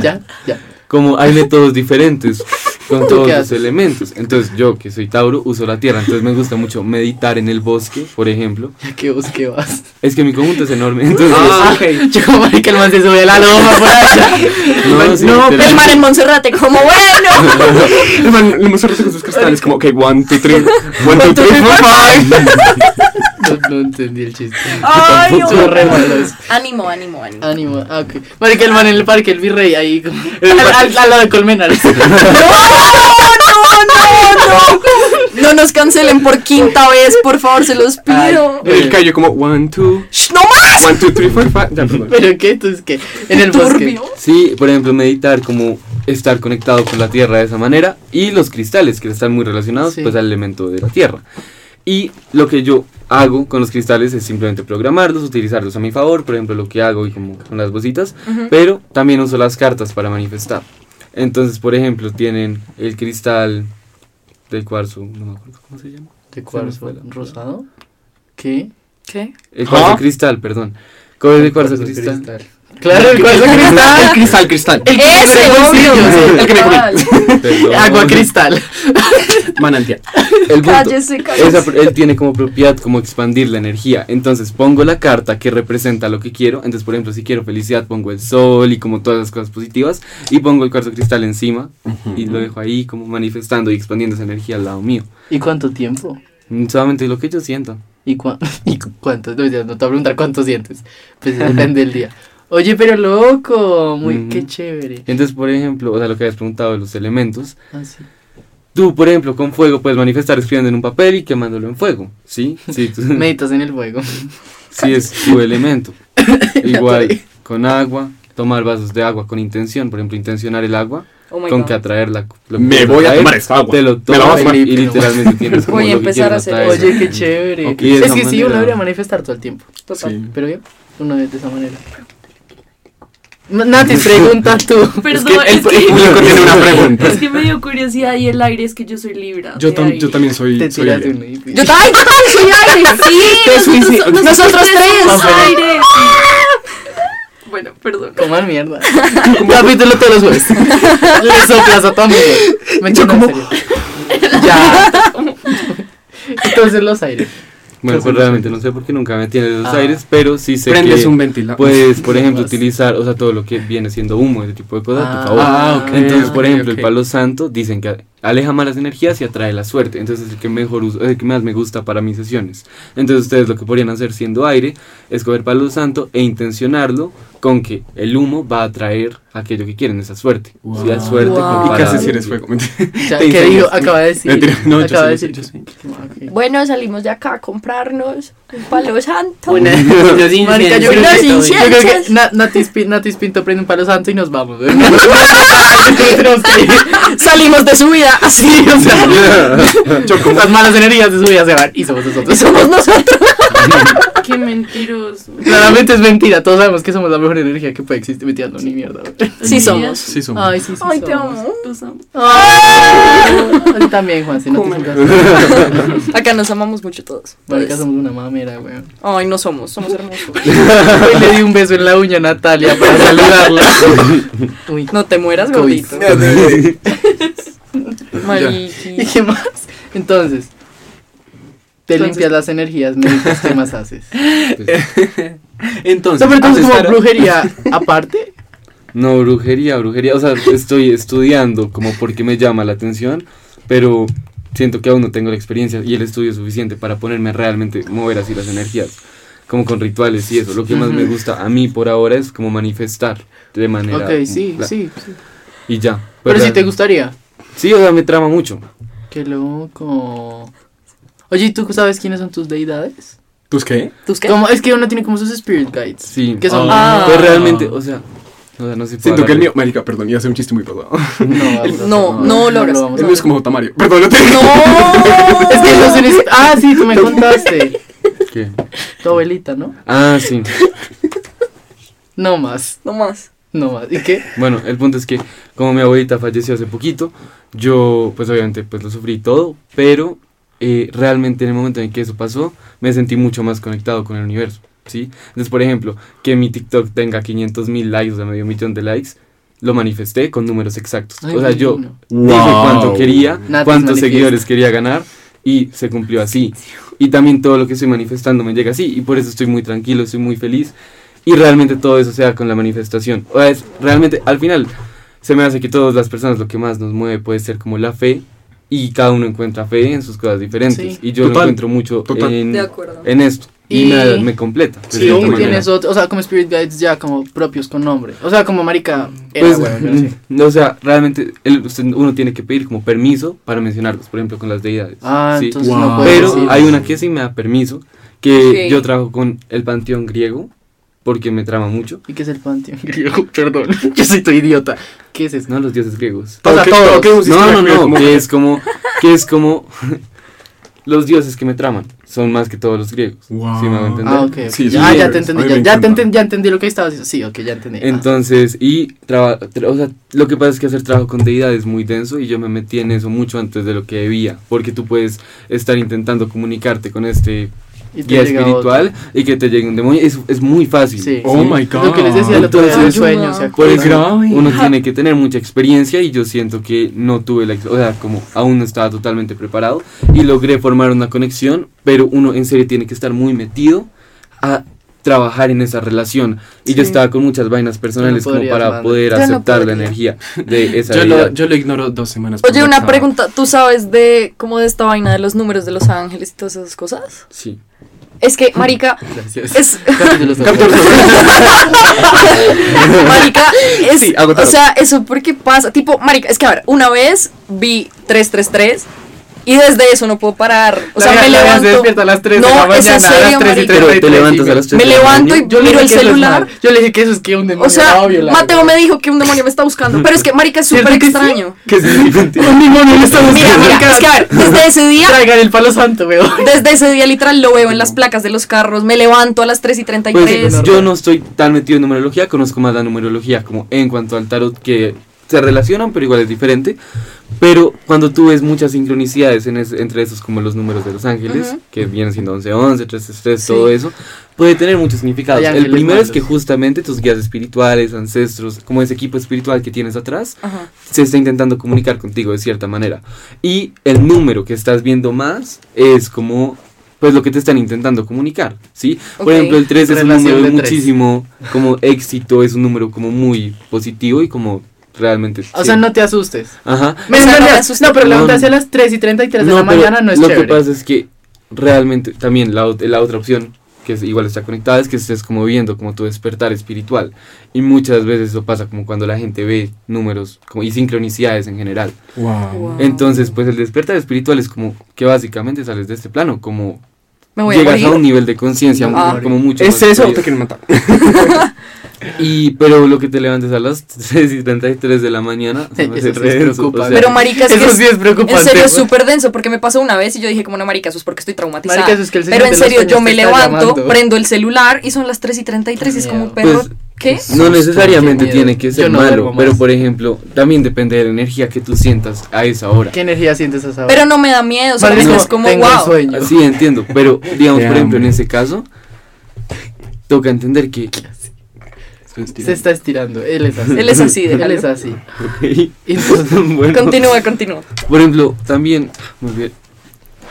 Speaker 2: Ya, ya.
Speaker 6: como hay métodos diferentes con todos
Speaker 2: qué
Speaker 6: los
Speaker 2: haces?
Speaker 6: elementos. Entonces, yo que soy Tauro, uso la tierra. Entonces, me gusta mucho meditar en el bosque, por ejemplo.
Speaker 2: ¿A qué vos qué vas?
Speaker 6: Es que mi conjunto es enorme. Entonces,
Speaker 2: Yo como marica, el man se sube a la loma por allá. pues,
Speaker 6: No, sí,
Speaker 7: No,
Speaker 6: literal.
Speaker 3: El mar en Monserrate, como bueno.
Speaker 7: El man, el man se con sus cristales como, ok, one, two, three, one, two, three, four, five.
Speaker 2: No, no entendí el chiste.
Speaker 3: Ay,
Speaker 2: Estuvo re malo
Speaker 3: huevón.
Speaker 2: eso.
Speaker 3: Ánimo, ánimo, ánimo.
Speaker 2: Ánimo, ah, ok. Marica, el man en el parque, el virrey, ahí como. Al, al- al lado de Colmenares.
Speaker 3: No, no, no. No nos cancelen por quinta vez, por favor, se los pido.
Speaker 7: El callo como, one, two,
Speaker 3: Shh, ¡No más!
Speaker 7: one, two, three, four, five. Ya, perdón.
Speaker 2: ¿Pero qué? Entonces, ¿qué? En el bosque.
Speaker 3: Turbio.
Speaker 6: sí, por ejemplo, meditar como estar conectado con la tierra de esa manera y los cristales que están muy relacionados
Speaker 2: Sí.
Speaker 6: pues al elemento de la tierra. Y lo que yo hago con los cristales es simplemente programarlos, utilizarlos a mi favor, por ejemplo, lo que hago y como con las bolsitas, pero también uso las cartas para manifestar. Entonces, por ejemplo, tienen el cristal del cuarzo, no me acuerdo cómo se llama.
Speaker 2: De
Speaker 6: Se
Speaker 2: cuarzo
Speaker 6: me fue la-
Speaker 2: rosado. ¿Qué?
Speaker 3: ¿Qué?
Speaker 6: El cuarzo
Speaker 7: ¿Ah?
Speaker 6: cristal, perdón. ¿Cómo es el cuarzo cristal?
Speaker 2: Claro, el cuarzo
Speaker 7: El
Speaker 2: cristal.
Speaker 7: cristal, cristal.
Speaker 3: Ese, obvio.
Speaker 7: El que me comí.
Speaker 6: Perdón.
Speaker 2: Ah, Agua cristal.
Speaker 7: Manantial.
Speaker 6: El punto.
Speaker 3: Cállese, cállese.
Speaker 6: Esa- él tiene como propiedad como expandir la energía. Entonces pongo la carta que representa lo que quiero. Entonces, por ejemplo, si quiero felicidad, pongo el sol y como todas las cosas positivas. Y pongo el cuarzo cristal encima y lo dejo ahí como manifestando y expandiendo esa energía al lado mío.
Speaker 2: ¿Y cuánto tiempo?
Speaker 6: Mm, Solamente lo que yo siento.
Speaker 2: ¿Y, cua- y cu- cuántos? No, ya no te voy a preguntar cuántos dientes. Pues depende del día. Oye, pero loco. Muy,
Speaker 6: Ujú.
Speaker 2: qué chévere.
Speaker 6: Entonces, por ejemplo, o sea, lo que habías preguntado de los elementos.
Speaker 2: Ah, sí.
Speaker 6: Tú, por ejemplo, con fuego puedes manifestar escribiendo en un papel y quemándolo en fuego. ¿Sí? Sí, tú-
Speaker 2: Meditas en el fuego.
Speaker 6: sí es su elemento.
Speaker 2: Ya
Speaker 6: Igual
Speaker 2: atoré.
Speaker 6: con agua, tomar vasos de agua con intención, por ejemplo, intencionar el agua
Speaker 3: Oh my
Speaker 6: con
Speaker 3: God.
Speaker 6: que atraerla. lo que
Speaker 7: Me
Speaker 6: quieres
Speaker 7: voy a
Speaker 6: atraer,
Speaker 7: tomar esta agua.
Speaker 6: Te lo
Speaker 7: Me la
Speaker 6: tomas
Speaker 7: voy a tomar.
Speaker 6: y literalmente tienes como
Speaker 3: Voy a
Speaker 6: lo que
Speaker 3: empezar a
Speaker 6: quieres
Speaker 3: hacer
Speaker 6: atraer.
Speaker 2: Oye, qué chévere.
Speaker 6: Ok, de
Speaker 2: Es
Speaker 6: esa
Speaker 2: que sí, uno
Speaker 6: manera.
Speaker 2: debería manifestar todo el tiempo.
Speaker 3: Total.
Speaker 7: Sí.
Speaker 2: Pero bien, uno es de esa manera. N- Nati, pregunta tú.
Speaker 5: Perdón,
Speaker 7: que el
Speaker 5: es que,
Speaker 7: público tiene una pregunta.
Speaker 5: es que me dio curiosidad y el aire es que yo soy libra.
Speaker 4: Yo,
Speaker 5: de
Speaker 4: tam-
Speaker 5: aire.
Speaker 4: yo también soy.
Speaker 2: Te
Speaker 4: soy
Speaker 2: tiras de
Speaker 4: Libra.
Speaker 2: un edificio.
Speaker 3: Yo ¡Ay, ay, soy aire! Sí, nosotros,
Speaker 7: suicida.
Speaker 3: nosotros
Speaker 5: Somos
Speaker 3: tres.
Speaker 5: aire. Bueno, perdón.
Speaker 2: Coman mierda. Un capítulo todos los jueves. Le soplas a tu amigo. Me
Speaker 7: Yo
Speaker 2: entiendo, en
Speaker 7: como-
Speaker 2: serio. Ya. Entonces los aires.
Speaker 6: Bueno, pues realmente no sé por qué nunca me tiene
Speaker 2: Ah.
Speaker 6: los aires, pero sí sé
Speaker 7: Prendes
Speaker 6: que
Speaker 7: un ventilador.
Speaker 6: puedes, Pues, por ejemplo,
Speaker 2: Vas.
Speaker 6: utilizar, o sea, todo lo que viene siendo humo, ese tipo de cosas,
Speaker 2: Ah,
Speaker 6: a tu favor.
Speaker 2: ah, ok,
Speaker 6: Entonces, por
Speaker 4: ok,
Speaker 6: ejemplo,
Speaker 4: ok.
Speaker 6: el palo santo dicen que aleja malas energías y atrae la suerte. Entonces es el que mejor uso, el que más me gusta para mis sesiones. Entonces ustedes lo que podrían hacer siendo aire, es coger palo santo e intencionarlo con que el humo va a atraer aquello que quieren, esa suerte.
Speaker 4: Wow.
Speaker 6: Si la suerte
Speaker 3: Wow.
Speaker 6: como
Speaker 4: Y
Speaker 6: para-
Speaker 4: casi si eres fuego.
Speaker 2: O sea,
Speaker 4: Te
Speaker 2: ¿Qué digo?
Speaker 4: incendias.
Speaker 2: Acaba de decir.
Speaker 4: Mentira, no, yo
Speaker 2: acaba de
Speaker 4: sé,
Speaker 2: decir.
Speaker 4: yo sé,
Speaker 2: Ah, ok.
Speaker 5: Bueno, salimos de acá a comprarnos un palo santo.
Speaker 8: Una, unos
Speaker 2: Marica, yo
Speaker 8: incensos.
Speaker 2: creo que-
Speaker 5: Sin
Speaker 2: yo creo que
Speaker 5: ciencias.
Speaker 2: Na- Natis, Pi- Natis Pinto prende un palo santo y nos vamos. ¿eh? Entonces tenemos que ir.
Speaker 3: Salimos de su vida así.
Speaker 2: Sí, o sea, las malas energías de su vida se van y somos nosotros.
Speaker 3: Somos nosotros.
Speaker 5: Qué mentiroso.
Speaker 2: Claramente es mentira, todos sabemos que somos la mejor energía que puede existir. Mentira, no, ni mierda. güey.
Speaker 3: Sí somos.
Speaker 4: Sí, son.
Speaker 2: Ay, sí, sí.
Speaker 3: Ay, te
Speaker 2: somos.
Speaker 3: amo.
Speaker 5: Los amo.
Speaker 2: Ay, yo también, Juan, si no te sientas.
Speaker 3: Acá nos amamos mucho todos. Pues,
Speaker 2: Marica, somos una mamera, güey.
Speaker 3: Ay, no somos, somos hermosos.
Speaker 2: Hoy le di un beso en la uña a Natalia para saludarla. Uy,
Speaker 3: No te mueras,
Speaker 2: COVID.
Speaker 3: gordito. Mariqui.
Speaker 2: ¿Y qué más? Entonces, te
Speaker 3: Entonces-
Speaker 2: limpias las energías, me dices qué más haces.
Speaker 6: Entonces,
Speaker 2: No, pero entonces como
Speaker 6: ancestral-
Speaker 2: brujería aparte.
Speaker 6: No, brujería, brujería. O sea, estoy estudiando como porque me llama la atención, pero siento que aún no tengo la experiencia y el estudio suficiente para ponerme a realmente mover así las energías, como con rituales y eso. Lo que más me gusta a mí por ahora es como manifestar de manera.
Speaker 2: Ok, sí,
Speaker 6: la-
Speaker 2: sí. sí.
Speaker 6: Y ya.
Speaker 2: Pero si
Speaker 6: real-
Speaker 2: te gustaría.
Speaker 6: Sí, o sea, me trama mucho.
Speaker 2: Qué loco. Oye, ¿y ¿tú sabes quiénes son tus deidades?
Speaker 4: ¿Tus qué?
Speaker 3: ¿Tus qué?
Speaker 2: Como, es que uno tiene como sus spirit guides.
Speaker 6: Sí.
Speaker 2: Que son...
Speaker 3: Ah.
Speaker 6: Pues realmente, o sea, o sea, no sé. si puedo
Speaker 4: Siento que el
Speaker 6: hablar
Speaker 4: mío. Marica, perdón, iba a hacer un chiste muy pasado.
Speaker 2: No,
Speaker 3: no, no lo hagas.
Speaker 2: vamos
Speaker 4: El
Speaker 2: a
Speaker 4: mío es
Speaker 2: hacer.
Speaker 4: como J. Mario. Perdón, no te
Speaker 3: No.
Speaker 2: Es que los eres- Ah, sí, tú me contaste.
Speaker 6: de- ¿Qué?
Speaker 2: Tu abuelita, ¿no?
Speaker 6: Ah, sí.
Speaker 2: No más,
Speaker 3: No más.
Speaker 2: no más. ¿Y qué?
Speaker 6: Bueno, el punto es que como mi abuelita falleció hace poquito, yo pues obviamente pues lo sufrí todo, pero eh, realmente en el momento en que eso pasó, me sentí mucho más conectado con el universo, ¿sí? Entonces, por ejemplo, que mi TikTok tenga 500 mil likes, o sea, medio millón de likes, lo manifesté con números exactos.
Speaker 2: Ay,
Speaker 6: o sea, yo
Speaker 2: divino.
Speaker 6: dije cuánto quería,
Speaker 2: Natis
Speaker 6: cuántos
Speaker 2: manifiesta.
Speaker 6: seguidores quería ganar y se cumplió así. Y también todo lo que estoy manifestando me llega así y por eso estoy muy tranquilo, estoy muy feliz y realmente todo eso se da con la manifestación. O sea, es realmente al final se me hace que todas las personas lo que más nos mueve puede ser como la fe y cada uno encuentra fe en sus cosas diferentes
Speaker 2: Sí.
Speaker 6: y yo lo
Speaker 4: Total,
Speaker 6: encuentro mucho
Speaker 4: total.
Speaker 6: en,
Speaker 3: De acuerdo.
Speaker 6: en esto y,
Speaker 2: Y-
Speaker 6: me, me completa. de
Speaker 2: Sí,
Speaker 6: cierta
Speaker 2: tú
Speaker 6: manera.
Speaker 2: tienes otro, o sea, como spirit guides ya como propios con nombre. O sea, como marica
Speaker 3: Mm.
Speaker 2: era,
Speaker 6: Pues,
Speaker 2: bueno, yo no sé.
Speaker 6: o sea, realmente el- usted- uno tiene que pedir como permiso para mencionarlos, por ejemplo, con las deidades.
Speaker 2: Ah,
Speaker 6: ¿sí?
Speaker 2: entonces no
Speaker 4: Wow.
Speaker 2: puedo
Speaker 6: Pero
Speaker 2: decir.
Speaker 6: hay una que sí me da permiso, que
Speaker 3: Ok.
Speaker 6: yo trabajo con el panteón griego, porque me trama mucho.
Speaker 2: ¿Y qué es el panteón griego? Perdón, yo soy tu idiota. ¿Qué es eso?
Speaker 6: No los dioses griegos.
Speaker 2: O sea,
Speaker 4: Ok,
Speaker 2: todos.
Speaker 4: ok, un sistema
Speaker 6: No,
Speaker 4: griego,
Speaker 6: no, no,
Speaker 4: como-
Speaker 6: que es como, que es como los dioses que me traman, son más que todos los griegos.
Speaker 4: Wow.
Speaker 6: ¿Sí me hago entender?
Speaker 2: Ah, ok. ok.
Speaker 4: Sí, sí,
Speaker 2: ah, ya
Speaker 4: sí,
Speaker 2: te entendí.
Speaker 4: a mí
Speaker 2: Ya,
Speaker 4: me
Speaker 2: ya te
Speaker 4: encanta.
Speaker 2: entendí, ya entendí lo que estabas diciendo. Sí, ok, ya entendí. Ah.
Speaker 6: Entonces, y traba- tra- o sea, lo que pasa es que hacer trabajo con deidad es muy denso y yo me metí en eso mucho antes de lo que debía, porque tú puedes estar intentando comunicarte con este
Speaker 2: Y te
Speaker 6: guía
Speaker 2: llega
Speaker 6: espiritual y que te llegue un demonio, es, es muy fácil.
Speaker 2: Sí.
Speaker 4: Oh my
Speaker 2: otro.
Speaker 4: god.
Speaker 2: Lo que les decía el otro día del
Speaker 6: Entonces,
Speaker 2: sueño, ¿se
Speaker 6: Por
Speaker 2: acuerdan?
Speaker 4: Qué
Speaker 6: eso
Speaker 4: grave.
Speaker 6: uno tiene que tener mucha experiencia y yo siento que no tuve la, ex- o sea, como aún no estaba totalmente preparado y logré formar una conexión, pero uno en serio tiene que estar muy metido a trabajar en esa relación y yo
Speaker 3: Sí.
Speaker 6: estaba con muchas vainas personales
Speaker 2: Yo no
Speaker 6: como
Speaker 2: podría,
Speaker 6: para
Speaker 2: hermano.
Speaker 6: poder
Speaker 3: Yo no
Speaker 6: aceptar la
Speaker 3: podría.
Speaker 6: energía de esa
Speaker 4: Yo lo,
Speaker 6: deidad.
Speaker 4: yo lo ignoro dos semanas. por
Speaker 3: Oye, una
Speaker 4: WhatsApp.
Speaker 3: pregunta. ¿Tú sabes de cómo de esta vaina de los números de los ángeles y todas esas cosas?
Speaker 6: Sí.
Speaker 3: Es que, marica,
Speaker 2: Gracias.
Speaker 3: es...
Speaker 2: Capítulo sobre-
Speaker 3: Marica, es,
Speaker 4: Sí,
Speaker 3: o
Speaker 4: agotado.
Speaker 3: sea, eso porque pasa, tipo, marica, es que a ver, una vez vi 333 y desde eso no puedo parar, o sea,
Speaker 2: La- la-
Speaker 3: me
Speaker 2: la- Se
Speaker 3: levanto,
Speaker 2: despierta a las 3 de
Speaker 3: No,
Speaker 2: la
Speaker 3: es en
Speaker 2: mañana, a
Speaker 3: serio,
Speaker 2: las 3 y
Speaker 3: marica.
Speaker 2: 33.
Speaker 6: Pero te levantas a las
Speaker 3: me
Speaker 6: de la
Speaker 3: levanto y
Speaker 6: mañana.
Speaker 2: Yo le dije
Speaker 3: miro el
Speaker 2: que eso es
Speaker 3: celular,
Speaker 2: mal. Yo le dije que eso es que un demonio
Speaker 3: o
Speaker 2: la va
Speaker 3: sea,
Speaker 2: a violar.
Speaker 3: Mateo me dijo que un demonio me está buscando, pero es que, marica, es súper
Speaker 2: ¿Cierto que sí?
Speaker 3: extraño.
Speaker 4: ¿Qué significa?
Speaker 2: Un demonio le está
Speaker 3: Mira,
Speaker 2: buscando.
Speaker 3: mira, es que a ver, desde ese día
Speaker 2: Traigan el palo santo, weón.
Speaker 3: Desde ese día literal lo veo en las placas de los carros, me levanto a las 3 y 33.
Speaker 6: Pues yo no estoy tan metido en numerología, conozco más la numerología como en cuanto al tarot que se relacionan, pero igual es diferente. Pero cuando tú ves muchas sincronicidades en es- entre esos, como los números de los ángeles,
Speaker 3: Ujú.
Speaker 6: que vienen siendo 1111, 333,
Speaker 2: Sí.
Speaker 6: todo eso, puede tener muchos significados.
Speaker 2: Hay
Speaker 6: El
Speaker 2: ángeles
Speaker 6: primero es
Speaker 2: malos.
Speaker 6: que justamente tus guías espirituales, ancestros, como ese equipo espiritual que tienes atrás,
Speaker 3: Ajá.
Speaker 6: se está intentando comunicar contigo de cierta manera. Y el número que estás viendo más es como pues lo que te están intentando comunicar, ¿sí? Por
Speaker 3: Ok.
Speaker 6: ejemplo, el 3 es un
Speaker 2: Relación
Speaker 6: número
Speaker 2: de tres.
Speaker 6: muchísimo como éxito, es un número como muy positivo y como realmente.
Speaker 2: O
Speaker 6: sí.
Speaker 2: sea, no te asustes.
Speaker 6: Ajá.
Speaker 2: Me-
Speaker 3: O
Speaker 2: me-
Speaker 3: sea, no
Speaker 2: me-
Speaker 3: te
Speaker 2: no,
Speaker 3: asustes.
Speaker 2: pero
Speaker 6: No,
Speaker 2: levantarse a
Speaker 6: no.
Speaker 2: las 3 y 33 de la
Speaker 6: pero
Speaker 2: mañana no es
Speaker 6: Lo
Speaker 2: chévere.
Speaker 6: que pasa es que realmente también la, ot- la otra opción, que es, igual está conectada, es que estés como viendo como tu despertar espiritual. Y muchas veces eso pasa como cuando la gente ve números como, y sincronicidades en general.
Speaker 4: Wow.
Speaker 3: Wow.
Speaker 6: Entonces, pues el despertar espiritual es como que básicamente sales de este plano, como
Speaker 3: Me voy a
Speaker 6: llegas a,
Speaker 3: morir.
Speaker 6: un nivel de conciencia
Speaker 3: Ah.
Speaker 6: mu- como mucho
Speaker 7: ¿Es
Speaker 6: más
Speaker 7: eso o
Speaker 6: superior.
Speaker 7: te quieren matar?
Speaker 6: Y, pero lo que te levantes a las 3 y 33 de la mañana, se me
Speaker 2: Eso
Speaker 6: hace
Speaker 2: sí
Speaker 6: re
Speaker 2: es
Speaker 6: denso, o
Speaker 2: preocupante.
Speaker 6: sea,
Speaker 3: Pero maricas,
Speaker 2: Eso sí es preocupante,
Speaker 3: En serio, es
Speaker 2: güey.
Speaker 3: súper denso, porque me pasó una vez y yo dije, como no, maricas, eso es porque estoy traumatizada.
Speaker 2: Maricas, es que el señor
Speaker 3: Pero en
Speaker 2: de los
Speaker 3: serio, yo
Speaker 2: sueños
Speaker 3: me
Speaker 2: te está
Speaker 3: levanto,
Speaker 2: llamando.
Speaker 3: prendo el celular y son las 3 y 33 y es como,
Speaker 2: Miedo.
Speaker 3: perro,
Speaker 6: Pues,
Speaker 3: ¿qué?
Speaker 6: No necesariamente
Speaker 2: qué miedo.
Speaker 6: tiene que ser
Speaker 2: Yo no
Speaker 6: malo,
Speaker 2: duermo más.
Speaker 6: pero por ejemplo, también depende de la energía que tú sientas a esa hora.
Speaker 2: ¿Qué energía sientes a esa hora?
Speaker 3: Pero no me da miedo,
Speaker 2: Vale,
Speaker 3: solamente
Speaker 2: no,
Speaker 3: es como,
Speaker 2: tengo
Speaker 3: wow.
Speaker 2: sueño.
Speaker 6: Así entiendo, pero digamos,
Speaker 7: Te
Speaker 6: por ejemplo, en
Speaker 7: amo.
Speaker 6: ese caso, toca entender que
Speaker 2: Se está estirando. Él es así.
Speaker 3: Él es así,
Speaker 2: Él
Speaker 3: déjalo.
Speaker 2: es así.
Speaker 6: ok,
Speaker 2: Entonces,
Speaker 6: bueno,
Speaker 3: Continúa, continúa.
Speaker 6: por ejemplo, también muy bien,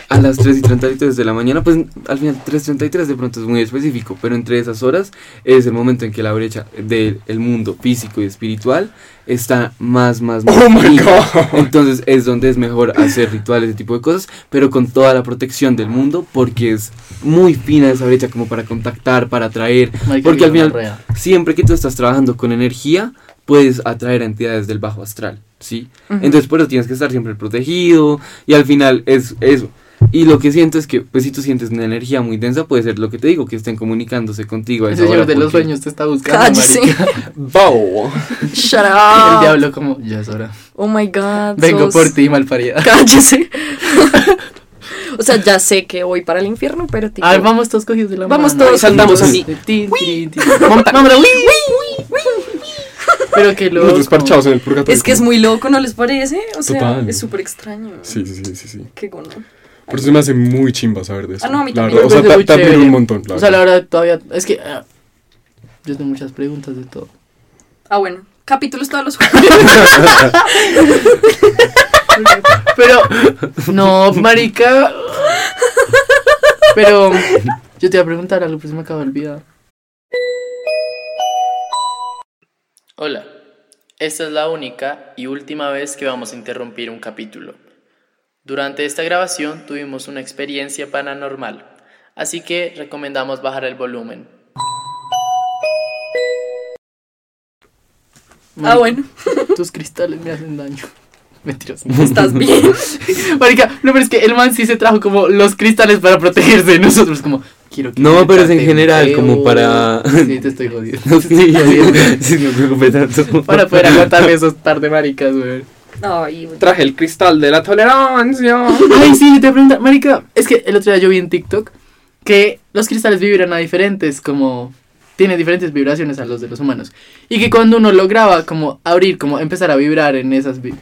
Speaker 6: a las 3 y 33 de la mañana, pues al final 3.33 de pronto es muy específico, pero entre esas horas es el momento en que la brecha del el mundo físico y espiritual está más, más, más.
Speaker 7: Oh my
Speaker 6: finita.
Speaker 7: God.
Speaker 6: Entonces es donde es mejor hacer rituales, ese tipo de cosas, pero con toda la protección del mundo, porque es muy fina esa brecha como para contactar, para atraer,
Speaker 2: marica,
Speaker 6: porque al
Speaker 2: qué
Speaker 6: final
Speaker 2: gonorrea.
Speaker 6: siempre que tú estás trabajando con energía, puedes atraer a entidades del bajo astral, ¿sí?
Speaker 3: Ujú.
Speaker 6: Entonces, por eso tienes que estar siempre protegido y al final es eso. Y lo que siento es que, pues, si tú sientes una energía muy densa, puede ser lo que te digo, que estén comunicándose contigo. a
Speaker 2: El
Speaker 6: esa
Speaker 2: señor
Speaker 6: hora,
Speaker 2: de los
Speaker 6: porque-
Speaker 2: sueños te está buscando.
Speaker 3: Cállese.
Speaker 2: marica.
Speaker 7: Bow.
Speaker 3: Shut
Speaker 2: El
Speaker 3: up.
Speaker 2: diablo como, ya es hora.
Speaker 3: Oh my god.
Speaker 2: Vengo
Speaker 3: sos-
Speaker 2: por ti, malparida.
Speaker 3: Cállese. o sea, ya sé que voy para el infierno, pero tipo.
Speaker 2: A ver, vamos todos cogidos de la
Speaker 3: Vamos
Speaker 2: mano.
Speaker 3: todos
Speaker 7: Saltamos
Speaker 2: Tin,
Speaker 7: así.
Speaker 2: tin, tin, tin. Vámonos, uy, uy, uy, uy. Pero que luego.
Speaker 7: Nosotros parchados en el purgatorio.
Speaker 3: Es que es muy loco, ¿no les parece? O sea,
Speaker 4: Total.
Speaker 3: es súper extraño.
Speaker 4: Sí, sí, sí, sí, sí.
Speaker 3: Qué gono.
Speaker 4: Por eso se me hace muy chimba saber de eso.
Speaker 3: Ah, no, a mí
Speaker 4: la
Speaker 3: también.
Speaker 4: verdad. O sea,
Speaker 2: Me parece muy
Speaker 4: ta- también
Speaker 2: chévere.
Speaker 4: un montón. la
Speaker 2: O sea, la
Speaker 4: verdad.
Speaker 2: verdad, todavía. Es que. ah, yo tengo muchas preguntas de todo.
Speaker 3: Ah, bueno. Capítulos todos los
Speaker 2: Pero. No, marica. Pero. Yo te iba a preguntar algo, pero se me acaba de olvidar. Hola. Esta es la única y última vez que vamos a interrumpir un capítulo. Durante esta grabación tuvimos una experiencia paranormal, así que recomendamos bajar el volumen.
Speaker 3: Ah, bueno.
Speaker 2: Tus cristales me hacen daño. Mentiras.
Speaker 3: Estás bien.
Speaker 2: Marica, no, pero es que el man sí se trajo como los cristales para protegerse de nosotros, como quiero que
Speaker 6: No,
Speaker 2: me
Speaker 6: pero es en
Speaker 2: traten
Speaker 6: general,
Speaker 2: feo.
Speaker 6: como para-
Speaker 2: Sí, te estoy jodiendo.
Speaker 6: No, sí, sí, sí, no me preocupes tanto.
Speaker 2: Para poder aguantarme esos par de maricas, güey.
Speaker 3: Ay,
Speaker 7: Traje el cristal de la tolerancia.
Speaker 2: Ay, sí, te pregunta, marica, es que el otro día yo vi en TikTok que los cristales vibran a diferentes, como tienen diferentes vibraciones a los de los humanos y que cuando uno lograba como abrir, como empezar a vibrar en esas vi-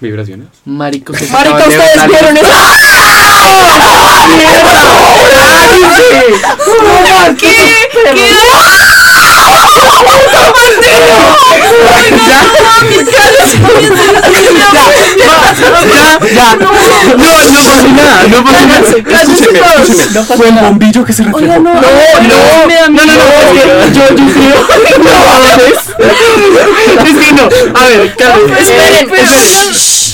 Speaker 6: Vibraciones.
Speaker 2: maricos. que se
Speaker 3: Marica,
Speaker 2: acaban de
Speaker 3: ustedes
Speaker 2: botar.
Speaker 3: vieron eso. ¡Ah!
Speaker 2: ¡No, qué! ¡Qué
Speaker 4: Ya, no, no pasa nada, no pasa nada. Escúcheme, escúcheme. Fue el bombillo que se reflejó.
Speaker 2: No, no, no, no, no, es que yo, yo creo no, es que no, a ver, calma,
Speaker 3: Esperen,
Speaker 2: cállense.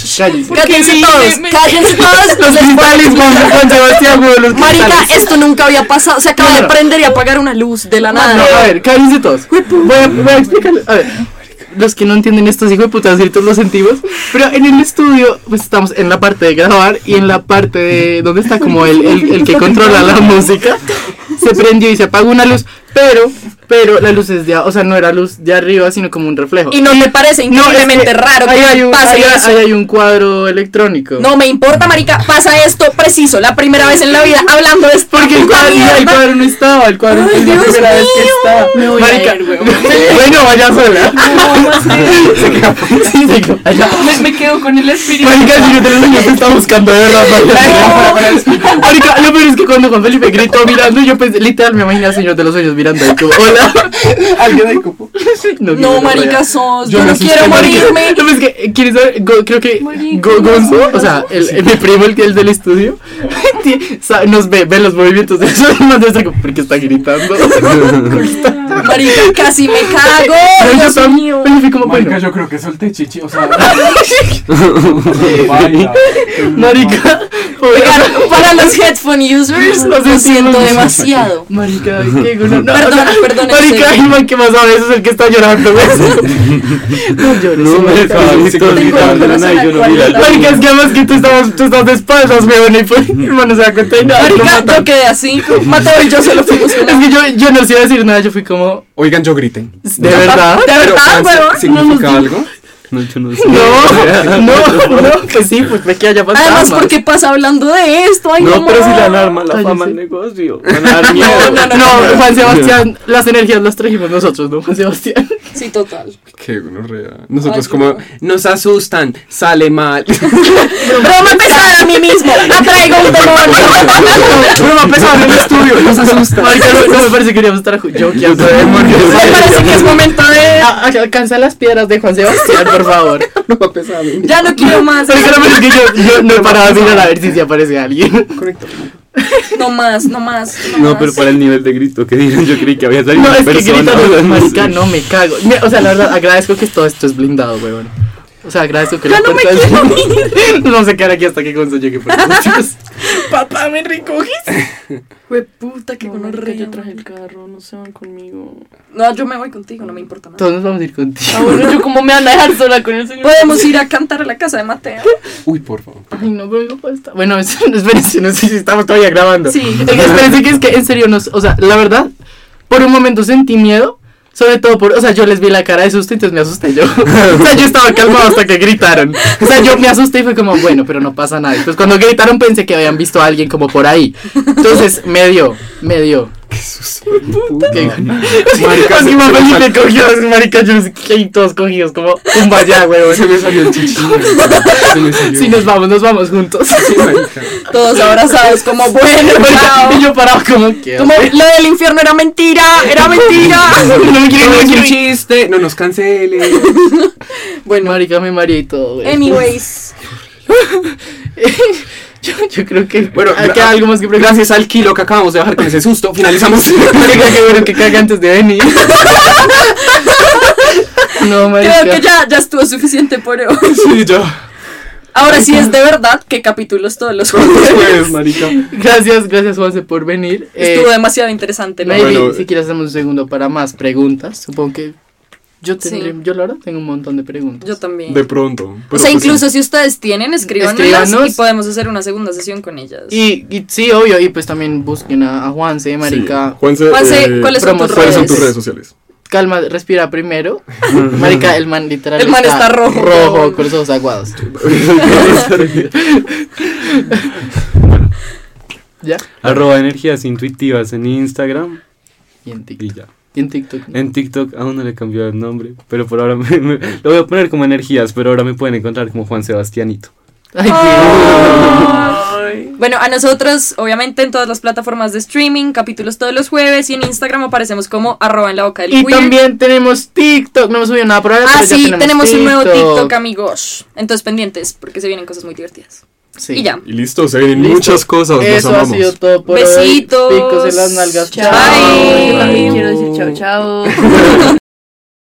Speaker 3: Cállense todos,
Speaker 5: me-
Speaker 3: cállense todos.
Speaker 2: Los cristales con, con Sebastián, güey, los cristales.
Speaker 3: Marica, esto nunca había pasado. Se acaba de
Speaker 2: Claro.
Speaker 3: prender y apagar una luz de la
Speaker 2: No,
Speaker 3: nada.
Speaker 2: a ver, cállense todos. Voy a, voy a explicarles. A ver, los que no entienden estos hijos de putas gritos los sentimos. Pero en el estudio, pues estamos en la parte de grabar y en la parte de donde está como el, el- el que controla la música. Se prendió y se apagó una luz, pero, pero la luz es de, a- o sea, no era luz de arriba, sino como un reflejo.
Speaker 3: Y no me parece increíblemente
Speaker 2: es que
Speaker 3: raro
Speaker 2: ahí hay
Speaker 3: que
Speaker 2: un,
Speaker 3: pase
Speaker 2: ahí hay-
Speaker 3: eso.
Speaker 2: ahí hay un cuadro electrónico.
Speaker 3: No me importa, marica, pasa esto preciso, la primera vez en la vida hablando de esta
Speaker 2: Porque el
Speaker 3: puta
Speaker 2: cuadro, el
Speaker 3: mierda.
Speaker 2: cuadro no estaba, el cuadro
Speaker 3: Ay,
Speaker 2: es la
Speaker 3: Dios
Speaker 2: primera vez que
Speaker 3: mío.
Speaker 2: está.
Speaker 5: Me voy a
Speaker 2: Marica,
Speaker 5: ir, weón.
Speaker 2: Bueno, vaya sola. Se queda por- sí, se queda allá.
Speaker 5: Me, me quedo con el espíritu.
Speaker 2: Marica, si no te lo digo, te está buscando de verdad. Marica, Marica, lo peor es que cuando Juan Felipe gritó mirando, yo pensé, literal, me imaginé al señor de los sueños mirando. y como, Hola,
Speaker 7: Alguien ahí como.
Speaker 2: Sí,
Speaker 3: No,
Speaker 2: quiero
Speaker 3: marica,
Speaker 2: rayar.
Speaker 3: sos. Yo
Speaker 4: Yo me
Speaker 3: no
Speaker 4: asusté,
Speaker 3: quiero
Speaker 4: marica.
Speaker 3: morirme.
Speaker 2: No, es que, eh, ¿quieres saber? Go- creo que
Speaker 5: Marica,
Speaker 2: Go-
Speaker 5: no,
Speaker 2: Gonzo,
Speaker 5: no.
Speaker 2: o sea, el, el- mi primo, el que es del estudio, tie- sa- nos ve, ve los movimientos de eso y manda esta como, ¿por qué está gritando?
Speaker 3: Marica, casi me cago.
Speaker 2: Pero yo
Speaker 3: Dios
Speaker 2: tam-
Speaker 3: mío.
Speaker 2: pero yo fui como, bueno,
Speaker 8: Marica, yo creo que solté chichi, o sea. Baila.
Speaker 2: marica, oiga,
Speaker 3: Oigan, para los headphone users,
Speaker 2: Lo
Speaker 3: lo siento
Speaker 2: sentimos.
Speaker 3: demasiado.
Speaker 2: marica, qué gono- no,
Speaker 3: Perdona,
Speaker 2: o sea,
Speaker 3: perdona,
Speaker 2: Marica,
Speaker 3: estoy-
Speaker 2: el man que más sabe eso es el que está llorando, güey. No llores,
Speaker 6: No me
Speaker 2: marica.
Speaker 6: dejaste gritar de la nada y yo no vi la luz.
Speaker 2: Marica, es que además que tú estabas, tú estabas de espaldas, weón, y fue, mi hermano se da cuenta y nada, lo
Speaker 3: Marica,
Speaker 2: matan.
Speaker 3: yo quedé así. Mateo y yo solo fuimos
Speaker 2: Es
Speaker 3: una.
Speaker 2: que yo, yo no os iba a decir nada, yo fui como,
Speaker 4: Oigan, yo griten.
Speaker 2: ¿de verdad?
Speaker 3: ¿De verdad, weón?
Speaker 4: ¿Significa algo?
Speaker 6: No, yo no sé.
Speaker 2: No, no, no, que sí, pues me queda ya pasando.
Speaker 3: Además, ¿por qué pasa hablando de esto? Ay,
Speaker 6: No,
Speaker 3: no,
Speaker 6: pero si le van a dar
Speaker 2: Cállese.
Speaker 6: mala fama al negocio. Van a dar miedo.
Speaker 2: No, no, no, Juan Sebastián, las energías las trajimos nosotros, ¿no, Juan Sebastián?
Speaker 3: Sí, total.
Speaker 4: Qué gonorrea. Nosotros
Speaker 3: Ay,
Speaker 4: como nos asustan, sale mal.
Speaker 3: Broma pesada a mí mismo. Atraigo un demonio.
Speaker 2: Broma pesada en el estudio, nos asusta. Marica, no, no me parece que queríamos estar ju- yo que hacer,
Speaker 4: también,
Speaker 2: Me
Speaker 3: Me parece que es momento de.
Speaker 2: A- a- Alcanza las piedras de Juan Sebastián, por favor.
Speaker 7: Broma pesada.
Speaker 3: Ya no quiero más.
Speaker 2: Porque no es que yo, yo no paraba de mirar a ver si se aparece alguien.
Speaker 7: Correcto.
Speaker 3: No más, no más.
Speaker 6: No,
Speaker 2: Ah,
Speaker 3: más.
Speaker 6: pero
Speaker 4: pues,
Speaker 6: para el nivel de grito que dieron, yo creí que había salido
Speaker 2: No,
Speaker 6: una
Speaker 2: es que
Speaker 6: persona.
Speaker 2: gritan,
Speaker 6: no sé.
Speaker 2: marica, no me cago. Mira, O sea, la verdad, agradezco que todo esto es blindado, weón. O sea, agradezco que
Speaker 3: Ya
Speaker 2: la
Speaker 3: no me
Speaker 2: puerta es-
Speaker 3: quiero
Speaker 2: Nos vamos a quedar aquí hasta que Gonzo llegue por nosotros.
Speaker 3: Papá, ¿me recoges? Fue puta, que
Speaker 5: No,
Speaker 3: con
Speaker 5: marica, yo traje el carro, no se van conmigo.
Speaker 3: No, yo me voy contigo, no me importa nada.
Speaker 2: Todos nos vamos a ir contigo.
Speaker 5: Ah, bueno, yo cómo me van a dejar sola con el señor.
Speaker 3: Podemos ir a cantar a la casa de Mateo.
Speaker 4: Uy, por favor.
Speaker 2: Ay, no, pero no puedo estar. Bueno, es- espérense, no sé si estamos todavía grabando.
Speaker 3: Sí.
Speaker 2: Es que espérense que es que en serio nos, o sea, la verdad, por un momento sentí miedo, sobre todo por, o sea, yo les vi la cara de susto, entonces me asusté yo. o sea, yo estaba calmado hasta que gritaron. O sea, yo me asusté y fue como, bueno, pero no pasa nada. Y Pues cuando gritaron pensé que habían visto a alguien como por ahí. Entonces, me dio, me dio. Qué
Speaker 4: Marica,
Speaker 2: marica,
Speaker 4: se-
Speaker 2: mi mamá
Speaker 4: se me
Speaker 2: ni me
Speaker 4: sal-
Speaker 2: cogió, así, marica, yo ahí todos cogidos, como un vaya, huevón.
Speaker 4: Se me salió el chichi. Se me salió.
Speaker 2: Si nos vamos, nos vamos juntos.
Speaker 4: marica.
Speaker 3: Todos abrazados, como bueno,
Speaker 2: Marica,
Speaker 3: chao.
Speaker 2: Y yo parado como que.
Speaker 3: Como lo del infierno era mentira, era mentira.
Speaker 2: No me quieren, no me
Speaker 4: No es un
Speaker 2: quieren.
Speaker 4: chiste, no nos cancele.
Speaker 2: Bueno, marica, me mareé y todo, güey.
Speaker 3: Anyways,
Speaker 2: yo, yo creo que
Speaker 4: Bueno,
Speaker 2: ah,
Speaker 4: gra-
Speaker 2: queda algo más que preguntar.
Speaker 4: Gracias al kilo que acabamos de bajar con ese susto, finalizamos.
Speaker 2: Marica, qué bueno que caga antes de venir. no, marica.
Speaker 3: creo que ya, ya estuvo suficiente por hoy.
Speaker 4: sí, ya.
Speaker 3: Ahora sí es de verdad que capítulos todos los
Speaker 2: eh,
Speaker 3: jueves.
Speaker 4: Pues, marica.
Speaker 2: Gracias, gracias, Juanse, por venir. Eh,
Speaker 3: Estuvo demasiado interesante, la
Speaker 2: maybe,
Speaker 4: Bueno,
Speaker 2: si quieres, hacemos un segundo para más preguntas. Supongo que yo tendré.
Speaker 3: Sí.
Speaker 2: Yo, la verdad, tengo un montón de preguntas.
Speaker 3: Yo también.
Speaker 4: De pronto.
Speaker 3: o
Speaker 4: Pero
Speaker 3: sea,
Speaker 4: pues,
Speaker 3: incluso si ustedes tienen, escríbanlas y
Speaker 2: Escríbanos.
Speaker 3: podemos hacer una segunda sesión con ellas.
Speaker 2: Y, y sí, obvio, y pues también busquen a, a Juanse,
Speaker 4: sí.
Speaker 2: marica.
Speaker 4: Juanse,
Speaker 3: Juanse,
Speaker 4: eh,
Speaker 3: ¿cuáles son tus
Speaker 2: promociones.
Speaker 4: ¿cuáles
Speaker 3: redes?
Speaker 4: son tus redes sociales?
Speaker 2: Calma, respira primero. Marica, el man literal.
Speaker 3: El man está rojo.
Speaker 2: Rojo, con los ojos aguados. ¿Ya?
Speaker 6: Arroba energías intuitivas en Instagram
Speaker 2: Y en
Speaker 6: y
Speaker 2: TikTok.
Speaker 6: ya.
Speaker 2: Y en TikTok. ¿no?
Speaker 6: En TikTok aún no le he cambiado el nombre, pero por ahora me- me- lo voy a poner como energías, pero ahora me pueden encontrar como Juan Sebastianito.
Speaker 2: Ay, sí.
Speaker 3: Ah. Bueno, a nosotros, obviamente, en todas las plataformas de streaming, capítulos todos los jueves y en Instagram aparecemos como arroba en la boca del
Speaker 2: Y
Speaker 3: queer.
Speaker 2: también tenemos TikTok. No hemos subido nada por ahora.
Speaker 3: Ah,
Speaker 2: pero ya
Speaker 3: sí, tenemos un nuevo TikTok,
Speaker 2: TikTok.
Speaker 3: amigos. Entonces, pendientes, porque se vienen cosas muy divertidas.
Speaker 2: Sí.
Speaker 3: Y ya.
Speaker 4: Y listo, se vienen
Speaker 2: Listo.
Speaker 4: muchas cosas, los
Speaker 2: Eso ha
Speaker 4: amamos.
Speaker 2: sido todo por hoy.
Speaker 3: Besitos.
Speaker 2: Picos en las nalgas.
Speaker 3: Chao.
Speaker 5: Ay,
Speaker 3: Bye.
Speaker 5: Quiero decir chao, chao.